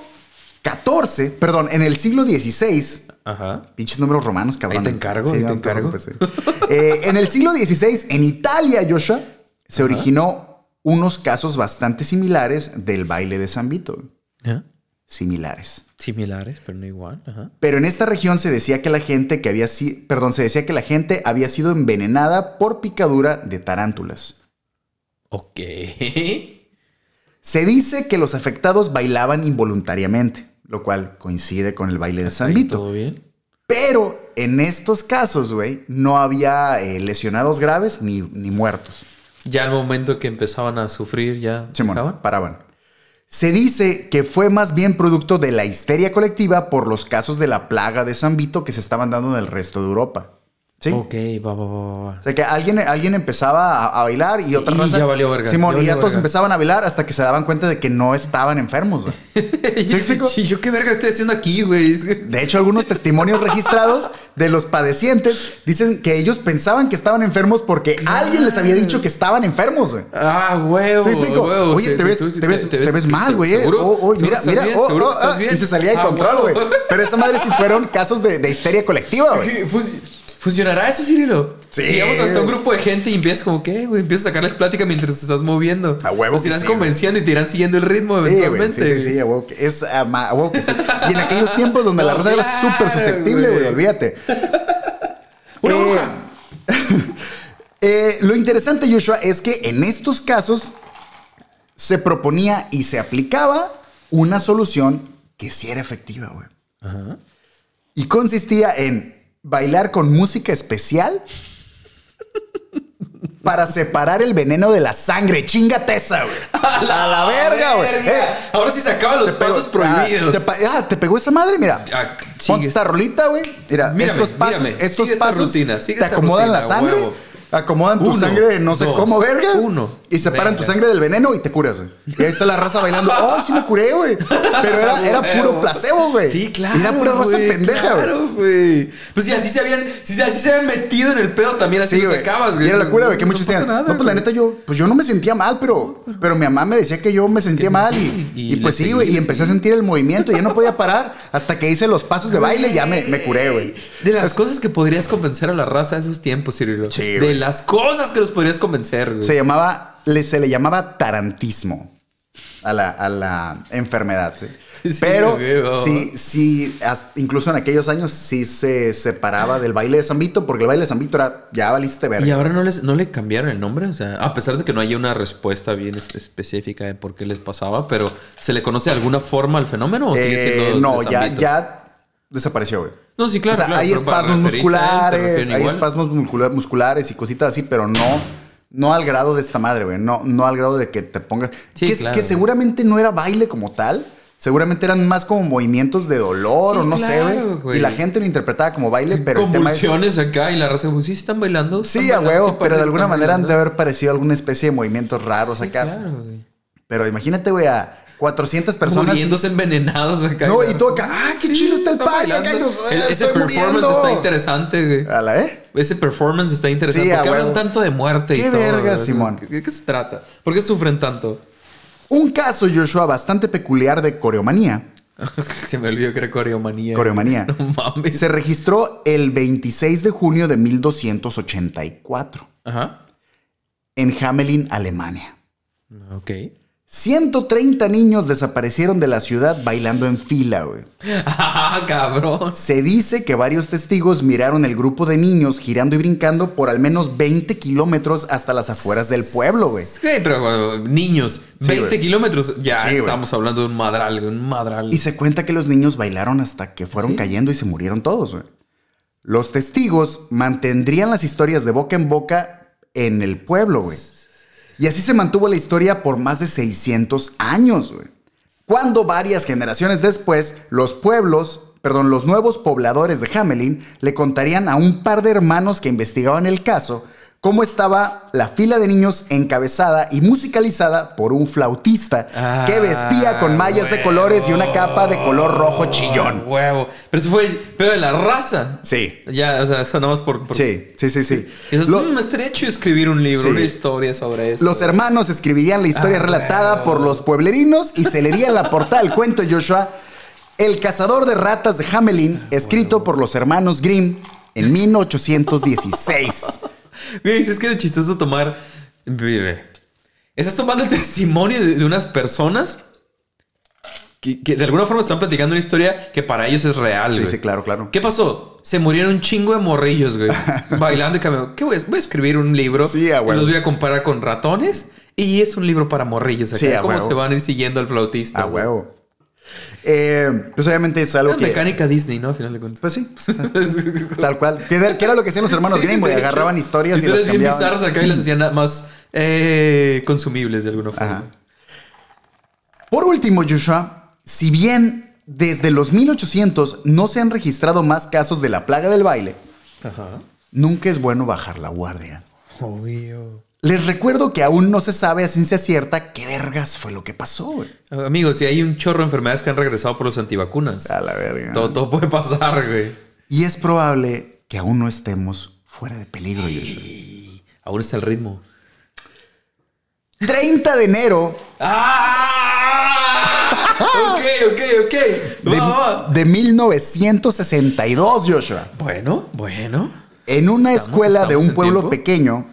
S2: XIV, perdón, en el siglo XVI,
S3: Ajá.
S2: Pinches números romanos, cabrón.
S3: Ahí te encargo, ahí te encargo.
S2: preocupes, güey. Eh, en el siglo XVI, en Italia, Joshua, se originó unos casos bastante similares del baile de San Vito. güey.
S3: Ajá.
S2: Similares.
S3: Similares, pero no igual. Ajá.
S2: Pero en esta región se decía que la gente que había sido, perdón, se decía que la gente había sido envenenada por picadura de tarántulas.
S3: Ok.
S2: Se dice que los afectados bailaban involuntariamente, lo cual coincide con el baile de San
S3: Ahí
S2: Vito.
S3: ¿Todo bien?
S2: Pero en estos casos, güey, no había eh, lesionados graves ni, ni muertos.
S3: Ya al momento que empezaban a sufrir, ya.
S2: Simón,
S3: dejaban.
S2: paraban. Se dice que fue más bien producto de la histeria colectiva por los casos de la plaga de San Vito que se estaban dando en el resto de Europa. Sí.
S3: Ok, va, va, va, va, va.
S2: O sea que alguien, alguien empezaba a, a bailar y otra
S3: Y
S2: raza.
S3: ya valió verga,
S2: Simón,
S3: ya
S2: y ya
S3: valió
S2: todos
S3: verga.
S2: empezaban a bailar hasta que se daban cuenta de que no estaban enfermos, güey. ¿Sí me explico?
S3: Sí, yo qué verga estoy haciendo aquí, güey. Es que-
S2: De hecho, algunos testimonios registrados de los padecientes dicen que ellos pensaban que estaban enfermos porque alguien les había dicho que estaban enfermos, güey.
S3: Ah, huevo.
S2: Sí, explico.
S3: huevo,
S2: Oye,
S3: sí,
S2: te ves,
S3: tú-
S2: te ves, te ves mal, güey. eh.
S3: ¿Seguro?
S2: Oh, oh,
S3: ¿Seguro
S2: mira,
S3: estás
S2: mira.
S3: bien?
S2: oh,
S3: ¿Seguro
S2: oh,
S3: estás
S2: ah,
S3: bien?
S2: y se salía de
S3: Ah,
S2: control, güey.
S3: huevo.
S2: Pero esa madre sí fueron casos de, de histeria colectiva, güey.
S3: Fun- ¿Funcionará eso, Cirilo?
S2: Sí.
S3: Llegamos hasta un grupo de gente y empiezas como que, "Eh, güey, empiezas a sacarles plática mientras te estás moviendo.
S2: A huevo
S3: Te
S2: que
S3: irán
S2: sí,
S3: convenciendo y te irán siguiendo el ritmo
S2: Sí, güey.
S3: eventualmente.
S2: Sí, sí,
S3: <laughs>
S2: sí, a huevo que- es a ma- a huevo que sí. Y en aquellos tiempos donde la
S3: No,
S2: raza era
S3: claro,
S2: súper susceptible, güey,
S3: güey.
S2: olvídate.
S3: Una
S2: Eh,
S3: aguja.
S2: <laughs> Eh, lo interesante, Joshua, es que en estos casos se proponía y se aplicaba una solución que sí era efectiva, güey. Y consistía en bailar con música especial para separar el veneno de la sangre. Chingate esa, güey. <laughs> A la, verga, güey. Eh,
S3: Ahora sí se acaban los
S2: te pegó-
S3: pasos
S2: Ah,
S3: prohibidos.
S2: te, pa- ah, ¿te pegó esa madre, mira.
S3: Ah,
S2: Ponte
S3: sigue.
S2: esta rolita, güey. Mira,
S3: Mírame,
S2: estos pasos,
S3: mírame.
S2: estos
S3: Sigue esta
S2: pasos
S3: rutina, sigue
S2: te
S3: esta
S2: acomodan
S3: rutina,
S2: la sangre,
S3: huevo.
S2: acomodan tu
S3: Uno,
S2: sangre, no sé
S3: dos,
S2: cómo verga,
S3: uno.
S2: y separan
S3: Venga.
S2: tu sangre del veneno y te curas. güey. Y ahí está la raza
S3: <laughs>
S2: bailando, "Oh, sí me curé, güey." Pero era, era puro
S3: Huevo.
S2: placebo, güey.
S3: Sí, claro.
S2: Era pura raza
S3: güey,
S2: pendeja, güey.
S3: Claro, güey. Pues sí, así se habían, sí, así se habían metido en el pedo también, así
S2: Sí,
S3: los
S2: güey.
S3: acabas,
S2: Y
S3: güey.
S2: era la cura, güey, que
S3: No
S2: muchos
S3: pasa
S2: decían,
S3: nada,
S2: no, pues la
S3: güey".
S2: neta yo, pues yo no me sentía mal, pero, pero mi mamá me decía que yo me sentía mal y,
S3: y
S2: y
S3: le
S2: pues sí,
S3: seguí,
S2: güey, y
S3: le
S2: empecé a
S3: seguí.
S2: sentir el movimiento, ya no podía parar hasta que hice los pasos de baile y ya me, me curé, güey.
S3: De las cosas que podrías convencer a la raza de esos tiempos, Cirilo.
S2: Sí,
S3: de
S2: güey.
S3: las cosas que los podrías convencer, güey.
S2: Se llamaba, le- se le llamaba tarantismo a la, a la enfermedad, sí.
S3: Sí,
S2: Pero
S3: güey, vamos.
S2: sí, sí, hasta- incluso en aquellos años sí se separaba del baile de Zambito, porque el baile de Zambito era, ya valiste verga.
S3: Y ahora no les no le cambiaron el nombre, o sea, a pesar de que no haya una respuesta bien es- específica de por qué les pasaba, pero ¿se le conoce de alguna forma al fenómeno? o sigue
S2: Eh,
S3: siendo
S2: no, ya,
S3: desambito?
S2: ya desapareció, güey.
S3: No, sí, claro.
S2: o sea,
S3: claro,
S2: hay
S3: pero para
S2: espasmos
S3: referirse a él, se
S2: musculares,
S3: refieren
S2: hay
S3: igual.
S2: espasmos muscula- musculares y cositas así, pero no, no al grado de esta madre, güey. No, no al grado de que te pongas.
S3: Sí,
S2: que,
S3: claro,
S2: que
S3: güey.
S2: seguramente no era baile como tal. Seguramente eran más como movimientos de dolor
S3: Sí,
S2: o no sé,
S3: claro,
S2: güey.
S3: güey.
S2: Y la gente lo interpretaba como baile, pero el tema es.
S3: Convulsiones acá y la raza, pues sí, están bailando. están
S2: Sí, a
S3: bailando,
S2: huevo,
S3: sí,
S2: pero
S3: parece
S2: de
S3: que
S2: alguna
S3: están
S2: manera han de
S3: bailando.
S2: haber parecido alguna especie de movimientos raros
S3: Sí,
S2: acá.
S3: Claro, güey.
S2: Pero imagínate, güey, a 400 personas.
S3: Muriéndose envenenados acá.
S2: No,
S3: la
S2: y
S3: raza,
S2: tú acá, ah, qué chido está el
S3: están
S2: party acá,
S3: bailando.
S2: y los,
S3: El-
S2: eh,
S3: Ese
S2: estoy
S3: performance
S2: muriendo.
S3: está interesante, güey.
S2: A la, ¿eh?
S3: Ese performance está interesante.
S2: Sí, a
S3: ¿Por qué hablan
S2: huevo.
S3: tanto de muerte y
S2: Qué
S3: todo?
S2: verga,
S3: güey?
S2: Simón.
S3: ¿De qué se trata? ¿Por qué sufren tanto? <laughs>
S2: Un caso, Joshua, bastante peculiar de coreomanía.
S3: se me olvidó que era coreomanía.
S2: Coreomanía.
S3: <laughs> No mames.
S2: Pues, Se registró el 26 de junio de 1284
S3: Ajá.
S2: en Hamelin, Alemania.
S3: Ok.
S2: 130 niños desaparecieron de la ciudad bailando en fila, güey.
S3: <laughs> Ah, cabrón.
S2: Se dice que varios testigos miraron el grupo de niños girando y brincando por al menos 20 kilómetros hasta las afueras del pueblo, güey.
S3: Güey, pero güey, niños, 20
S2: güey.
S3: kilómetros. Ya
S2: Sí, güey.
S3: estamos hablando de un madral, güey, un madral.
S2: Y se cuenta que los niños bailaron hasta que fueron cayendo y se murieron todos. güey. Los testigos mantendrían las historias de boca en boca en el pueblo, güey. Y así se mantuvo la historia por más de 600 años, güey. Cuando varias generaciones después, los pueblos, perdón, los nuevos pobladores de Hamelin le contarían a un par de hermanos que investigaban el caso cómo estaba la fila de niños encabezada y musicalizada por un flautista
S3: Ah,
S2: que vestía con mallas de
S3: huevo.
S2: colores y una capa de color rojo
S3: Ah,
S2: chillón.
S3: Huevo. Pero eso fue pero de la raza.
S2: Sí.
S3: Ya, o sea, eso nada más por. por
S2: Sí, sí, sí, sí.
S3: Y dices,
S2: Lo-
S3: "Mm, estaría chido escribir un libro,
S2: Sí.
S3: una historia sobre eso.
S2: Los hermanos escribirían la historia
S3: Ah,
S2: relatada
S3: huevo.
S2: por los pueblerinos y se leería en la portada del cuento de Joshua El cazador de ratas de Hamelin, escrito por los hermanos Grimm en 1816.
S3: Güey, es que era chistoso tomar. Vive. Estás tomando el testimonio de, de unas personas que, que de alguna forma están platicando una historia que para ellos es real.
S2: Sí,
S3: güey.
S2: sí, claro, claro.
S3: ¿Qué pasó? Se murieron un chingo de
S2: <laughs>
S3: morrillos, güey. bailando y caminando. ¿Qué voy a, voy a escribir un libro?
S2: Sí, a
S3: y
S2: huevo.
S3: los voy a comparar con ratones. Y es un libro para morrillos. Acá,
S2: Sí, a
S3: cómo
S2: huevo.
S3: se van a ir siguiendo al flautista.
S2: A
S3: güey.
S2: Ah, huevo. Eh, pues obviamente es algo
S3: Una
S2: que...
S3: mecánica Disney, ¿no? Al final de cuentas.
S2: Pues sí,
S3: <laughs>
S2: tal cual. ¿Qué era- qué era lo que hacían los hermanos
S3: Sí,
S2: Grimm? güey?
S3: de hecho.
S2: Agarraban historias y las
S3: bien
S2: cambiaban.
S3: bizarras acá y las hacían na- más eh, consumibles de alguna forma.
S2: Ajá. Por último, Joshua, si bien desde los 1800 no se han registrado más casos de la plaga del baile,
S3: Ajá.
S2: Nunca es bueno bajar la guardia.
S3: Obvio.
S2: Les recuerdo que aún no se sabe a ciencia cierta qué vergas fue lo que pasó. güey.
S3: Amigos, si hay un chorro de enfermedades que han regresado por los antivacunas.
S2: A la verga.
S3: Todo, todo puede pasar, güey.
S2: Y es probable que aún no estemos fuera de peligro, Joshua.
S3: Y aún está el ritmo.
S2: 30 de enero
S3: ¡Ah! ok, ok, ok.
S2: de,
S3: Va, va.
S2: de 1962, Joshua.
S3: Bueno, bueno.
S2: En una
S3: Estamos-
S2: escuela de
S3: estamos
S2: un
S3: en
S2: pueblo
S3: tiempo.
S2: pequeño,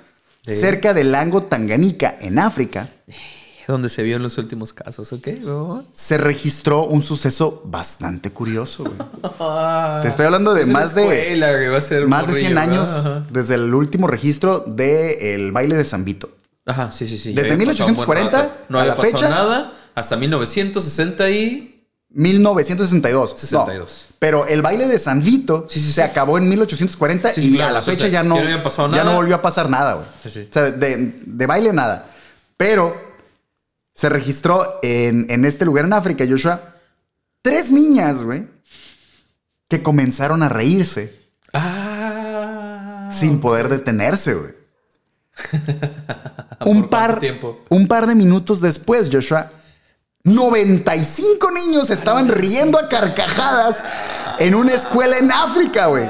S3: Sí.
S2: cerca del lago Tanganica, en África,
S3: Donde se vio en los últimos casos, ok. va,
S2: se registró un suceso bastante curioso. güey.
S3: va.
S2: Te estoy hablando de
S3: Ah, Es una
S2: más de-
S3: escuela que va a ser
S2: Más de
S3: morrillo,
S2: 100
S3: ¿verdad?
S2: años
S3: Ajá.
S2: desde el último registro del baile de San Vito.
S3: Ajá, sí, sí, sí.
S2: Desde
S3: Había pasado un buen
S2: 1840
S3: rato. no
S2: a
S3: había
S2: la
S3: pasado
S2: fecha.
S3: nada hasta 1960 y
S2: 1962. No,
S3: 62.
S2: pero el baile de San Vito
S3: Sí, sí,
S2: se
S3: sí.
S2: acabó en 1840
S3: Sí, sí,
S2: y
S3: claro,
S2: a la
S3: o sea,
S2: fecha ya
S3: ya
S2: no,
S3: no había pasado
S2: ya
S3: nada.
S2: no volvió a pasar nada, güey.
S3: Sí, sí.
S2: O sea, de, de baile nada. Pero se registró en, en este lugar en África, Joshua, tres niñas, güey, que comenzaron a reírse
S3: ah
S2: sin poder detenerse,
S3: <laughs>
S2: güey. un,
S3: ¿Por cuánto
S2: par,
S3: tiempo?
S2: un par de minutos después, Joshua, 95 niños
S3: Ah,
S2: estaban riendo a carcajadas en una escuela en África, güey.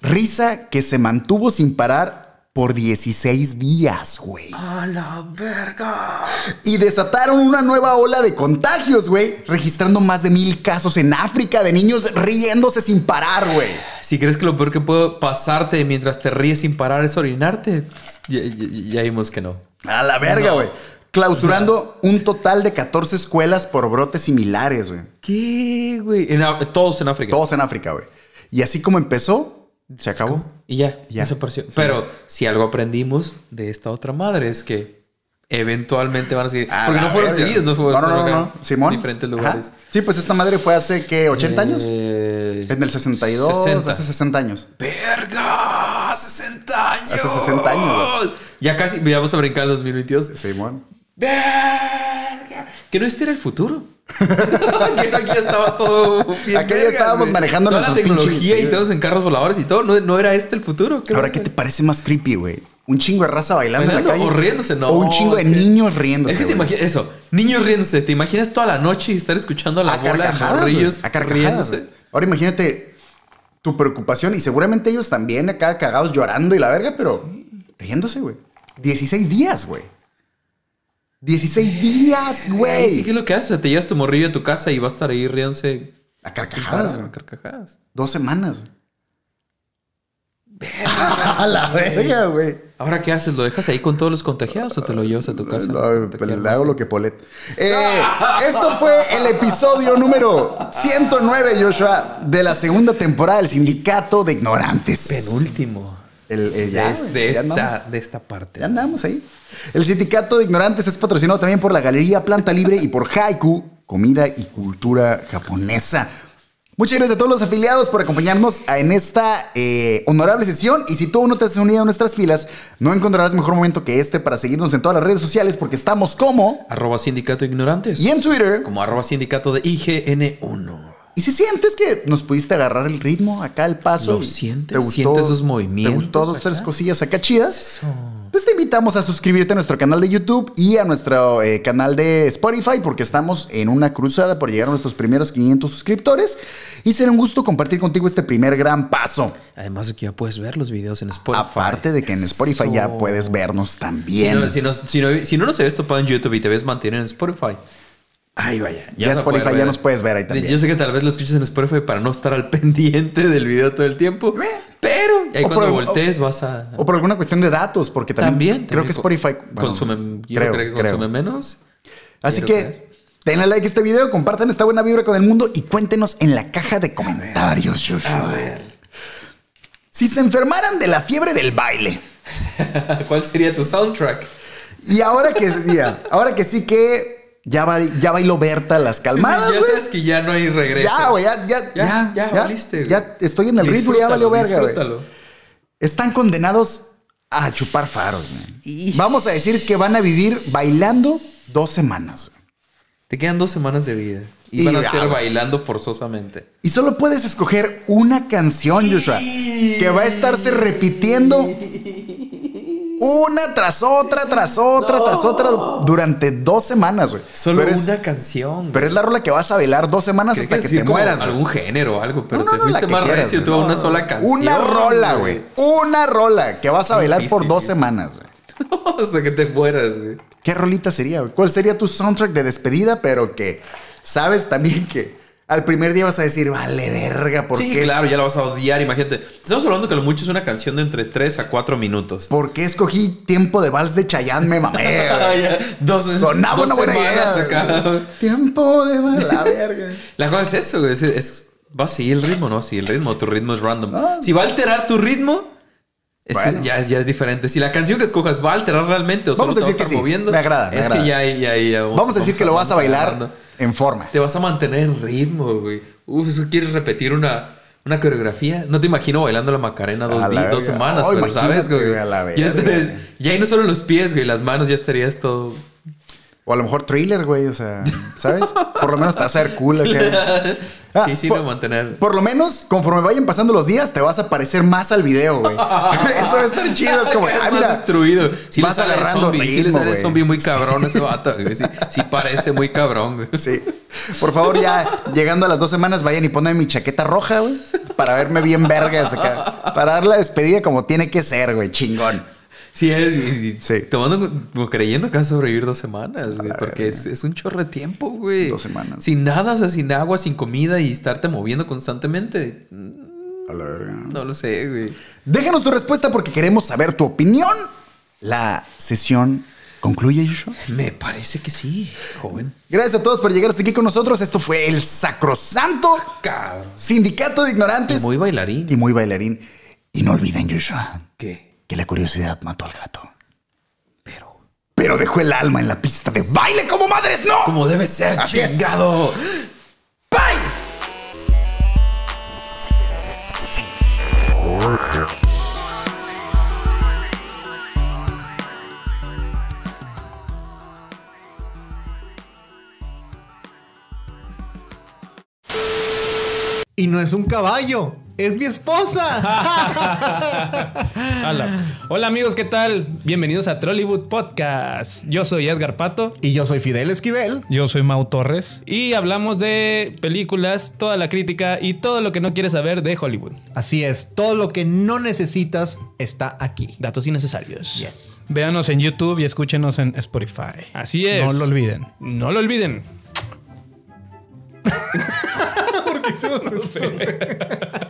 S2: Risa que se mantuvo sin parar por 16 días, güey.
S3: a la Ah, verga.
S2: Y desataron una nueva ola de contagios, güey. Registrando más de mil casos en África de niños riéndose sin parar, güey.
S3: Si crees que lo peor que puedo pasarte mientras te ríes sin parar es orinarte, pues, ya, ya- ya vimos que no.
S2: A la verga, güey. Clausurando un total de 14 escuelas por brotes similares, güey.
S3: ¿Qué, güey? En Af- todos en África.
S2: Todos en África, güey. Y así como empezó, se acabó.
S3: Y ya,
S2: Ya.
S3: desapareció. Pero si algo aprendimos de esta otra madre es que eventualmente van a seguir.
S2: A
S3: porque
S2: Ah, la
S3: no fueron
S2: verga.
S3: seguidos, no fueron
S2: No, no, no, no,
S3: fueron
S2: no. Simón.
S3: En diferentes
S2: Ajá.
S3: lugares.
S2: Sí, pues esta madre fue hace, ¿qué? ¿80 años?
S3: Eh,
S2: En el 62,
S3: 60.
S2: hace 60 años.
S3: ¡Verga! ¡60 años!
S2: Hace 60 años,
S3: Ya casi, ya vamos a brincar el 2022.
S2: Simón.
S3: ¡Verga! Que no este era el futuro. <laughs> que no, aquí ya estaba todo bien
S2: Aquí ya estábamos
S3: güey.
S2: manejando
S3: Toda la
S2: nuestros pinches
S3: tecnología y
S2: bits,
S3: todos en carros voladores y todo. No, no era este el futuro. creo.
S2: Ahora, ¿qué te parece más creepy, güey? Un chingo de raza bailando, en la
S3: Bailando
S2: calle.
S3: o riéndose, no.
S2: O un chingo de
S3: es que-
S2: niños riéndose.
S3: Es que te
S2: güey.
S3: imaginas eso. Niños riéndose. ¿Te imaginas toda la noche y estar escuchando a la
S2: a
S3: bola de
S2: carcajadas, güey.
S3: morrillos
S2: A carcajadas.
S3: riéndose?
S2: güey. Ahora imagínate tu preocupación y seguramente ellos también acá cagados llorando y la verga, pero riéndose, güey. 16 días, güey. 16 días,
S3: Ahí sí, ¿Qué es
S2: güey.
S3: lo que haces? Te llevas tu morrillo a tu casa y vas a estar ahí riéndose.
S2: A
S3: sin
S2: carcajadas,
S3: parar,
S2: güey.
S3: a carcajadas.
S2: Dos semanas, güey. <laughs> A la verga, güey.
S3: Ahora, ¿qué haces? ¿Lo dejas ahí con todos los contagiados o te lo llevas a tu casa?
S2: Ah, No, pues
S3: Te
S2: le
S3: quedas
S2: hago
S3: ahí.
S2: lo que Polet. Eh, esto fue el episodio número 109, Joshua, de la segunda temporada del Sindicato de Ignorantes.
S3: Penúltimo.
S2: El- el- ya,
S3: de, este,
S2: güey,
S3: de
S2: ya andamos.
S3: esta, de esta parte.
S2: Ya andamos ahí. El Sindicato de Ignorantes es patrocinado también por la Galería Planta Libre y por Haiku, comida y cultura japonesa. Muchas gracias a todos los afiliados por acompañarnos a- en esta eh, honorable sesión. Y si tú aún no te has unido a nuestras filas, no encontrarás mejor momento que este para seguirnos en todas las redes sociales porque estamos como
S3: Arroba sindicato de ignorantes.
S2: y en Twitter.
S3: Como arroba sindicato de IGN1.
S2: Y si sientes que nos pudiste agarrar el ritmo acá, el paso,
S3: ¿Lo
S2: y
S3: sientes? ¿Sientes esos movimientos
S2: te gustó dos,
S3: acá?
S2: tres cosillas acá chidas, pues te invitamos a suscribirte a nuestro canal de YouTube y a nuestro eh, canal de Spotify porque estamos en una cruzada por llegar a nuestros primeros 500 suscriptores y será un gusto compartir contigo este primer gran paso.
S3: Además de que ya puedes ver los videos en Spotify.
S2: Aparte de que en Spotify ya
S3: Eso.
S2: puedes vernos
S3: Si
S2: también.
S3: no, si, no, si, no, si no nos habías topado en YouTube y te ves mantenido en Spotify. Ay, vaya.
S2: Ya
S3: vas a poder
S2: Spotify ya
S3: ver.
S2: nos puedes ver ahí también.
S3: Yo sé que tal vez lo escuches en Spotify para no estar al <laughs> pendiente del video todo el tiempo. Pero ahí
S2: O por
S3: cuando
S2: algún-
S3: voltees vas a.
S2: o por alguna cuestión de datos, porque también,
S3: También,
S2: creo
S3: también
S2: que
S3: co-
S2: Spotify bueno,
S3: consume, yo creo que consume menos.
S2: Así
S3: Quiero
S2: que
S3: creer.
S2: denle like a este video, compartan esta buena vibra con el mundo y cuéntenos en la caja de comentarios, Joshua. Si se enfermaran de la fiebre del baile.
S3: <laughs> ¿Cuál sería tu soundtrack?
S2: Y ahora
S3: <laughs>
S2: que ya, ahora que sí que ya, ba- ya bailó Berta las calmadas,
S3: ya
S2: Pues güey.
S3: sabes que ya no hay regreso.
S2: Ya, güey, ya, ya, ya,
S3: Ya, ya,
S2: ya,
S3: valiste, güey.
S2: ya estoy en el ritmo, ya valió
S3: Disfrútalo,
S2: verga, güey.
S3: disfrútalo.
S2: Están condenados a chupar faros, güey.
S3: Y-
S2: Vamos a decir que van a vivir bailando dos semanas. güey.
S3: Te quedan dos semanas de vida. Y,
S2: Y
S3: van a ser
S2: ahora-
S3: bailando forzosamente.
S2: Y solo puedes escoger una canción, Joshua, que va a estarse repitiendo una tras otra, tras otra, tras otra durante dos semanas, güey.
S3: Solo
S2: Pero es-
S3: una canción.
S2: Pero es la rola que vas a bailar dos semanas
S3: Creí
S2: hasta que
S3: decir
S2: te
S3: como
S2: mueras. güey.
S3: Algún género o algo, pero
S2: No, no,
S3: te
S2: no, la
S3: fuiste
S2: que
S3: más
S2: quieras,
S3: recio.
S2: güey.
S3: Tú a una sola canción.
S2: Una rola, güey. Una rola que vas a bailar por
S3: difícil,
S2: dos
S3: güey.
S2: semanas, güey.
S3: <laughs> Hasta que te mueras, güey.
S2: ¿Qué rolita sería? güey? ¿Cuál sería tu soundtrack de despedida? Pero que sabes también que al primer día vas a decir, vale verga, ¿por
S3: Sí,
S2: qué?
S3: claro, ya la vas a odiar, imagínate. Estamos hablando que lo mucho es una canción de entre 3 a 4 minutos.
S2: ¿Por qué escogí tiempo de vals de Chayanne? Me mamé. güey.
S3: Ah, <laughs> Ya, dos,
S2: Ah, Sonaba
S3: dos
S2: una buena
S3: semanas
S2: idea.
S3: acá.
S2: güey. Tiempo de vals, la verga.
S3: La cosa es eso, güey. Es, es- ¿Va a seguir el ritmo o no va a seguir el ritmo? Tu ritmo es random.
S2: Ah.
S3: Si va a alterar tu ritmo, es-
S2: Bueno.
S3: ya, es, ya es diferente. Si la canción que escojas va a alterar realmente o solo
S2: Vamos a
S3: te va
S2: decir que sí.
S3: estar moviendo,
S2: Me agrada, me
S3: es
S2: agrada.
S3: que ya, ahí- ya, ahí ya
S2: Vamos, a decir que lo vas a
S3: vamos
S2: bailar
S3: hablando.
S2: en forma.
S3: Te vas a mantener en ritmo, güey. Uf, eso quieres repetir una, una coreografía. No te imagino bailando la Macarena dos,
S2: A la
S3: días, dos
S2: verga.
S3: semanas,
S2: Oh,
S3: pero
S2: imagínate,
S3: sabes, güey.
S2: güey, a la
S3: ya,
S2: verga,
S3: estarías-
S2: güey.
S3: ya ahí no solo los pies, güey, las manos ya estarías todo.
S2: O a lo mejor thriller, güey. O sea, ¿sabes? Por lo menos te vas a hacer cool.
S3: <laughs>
S2: acá. Ah,
S3: sí, sí,
S2: por-
S3: lo mantener.
S2: Por lo menos, conforme vayan pasando los días, te vas a parecer más al video,
S3: <laughs>
S2: güey. <laughs> Eso va a estar chido. Es como,
S3: Quedas
S2: ah,
S3: más
S2: mira.
S3: destruido. Si
S2: vas
S3: le sale
S2: agarrando
S3: zombie, si le
S2: ritmo,
S3: sale
S2: güey.
S3: zombie muy
S2: <laughs>
S3: cabrón ese vato, güey. Sí, sí parece muy cabrón, güey.
S2: Sí. Por favor, ya llegando a las dos semanas, vayan y pongan mi chaqueta roja, güey. Para verme bien vergas acá. Para dar la despedida como tiene que ser, güey. Chingón.
S3: Sí, es. y- y-
S2: Sí.
S3: Tomando, como creyendo que vas a sobrevivir dos semanas, güey, Porque es, es un chorro de tiempo, güey.
S2: Dos semanas.
S3: Sin nada, o sea, sin agua, sin comida y estarte moviendo constantemente.
S2: Ah. A la verga.
S3: No lo sé, güey.
S2: Déjanos tu respuesta porque queremos saber tu opinión. La sesión concluye, Joshua.
S3: Me parece que sí, joven.
S2: Gracias a todos por llegar hasta aquí con nosotros. Esto fue el Sacrosanto
S3: Cabrón.
S2: Sindicato de
S3: Y
S2: Ignorantes.
S3: muy bailarín.
S2: y muy bailarín. Y no olviden, Joshua,
S3: ¿Qué?
S2: que la curiosidad mató al gato.
S3: Pero.
S2: Pero dejó el alma en la pista de baile como madres, no.
S3: Como debe ser,
S2: Así es.
S3: chingado.
S2: Bye.
S4: Y no es un caballo, es mi esposa.
S5: <laughs> Ala. Hola amigos, ¿qué tal? Bienvenidos a Trollywood Podcast. Yo soy Edgar Pato
S4: y yo soy Fidel Esquivel.
S6: Yo soy Mau Torres.
S5: y hablamos de películas, toda la crítica y todo lo que no quieres saber de Hollywood.
S4: Así es, todo lo que no necesitas está aquí.
S5: Datos innecesarios.
S4: Yes.
S6: Véanos en YouTube y escúchenos en Spotify.
S5: Así es.
S6: No lo olviden.
S5: No lo olviden.
S4: ¿Por qué hicimos esto?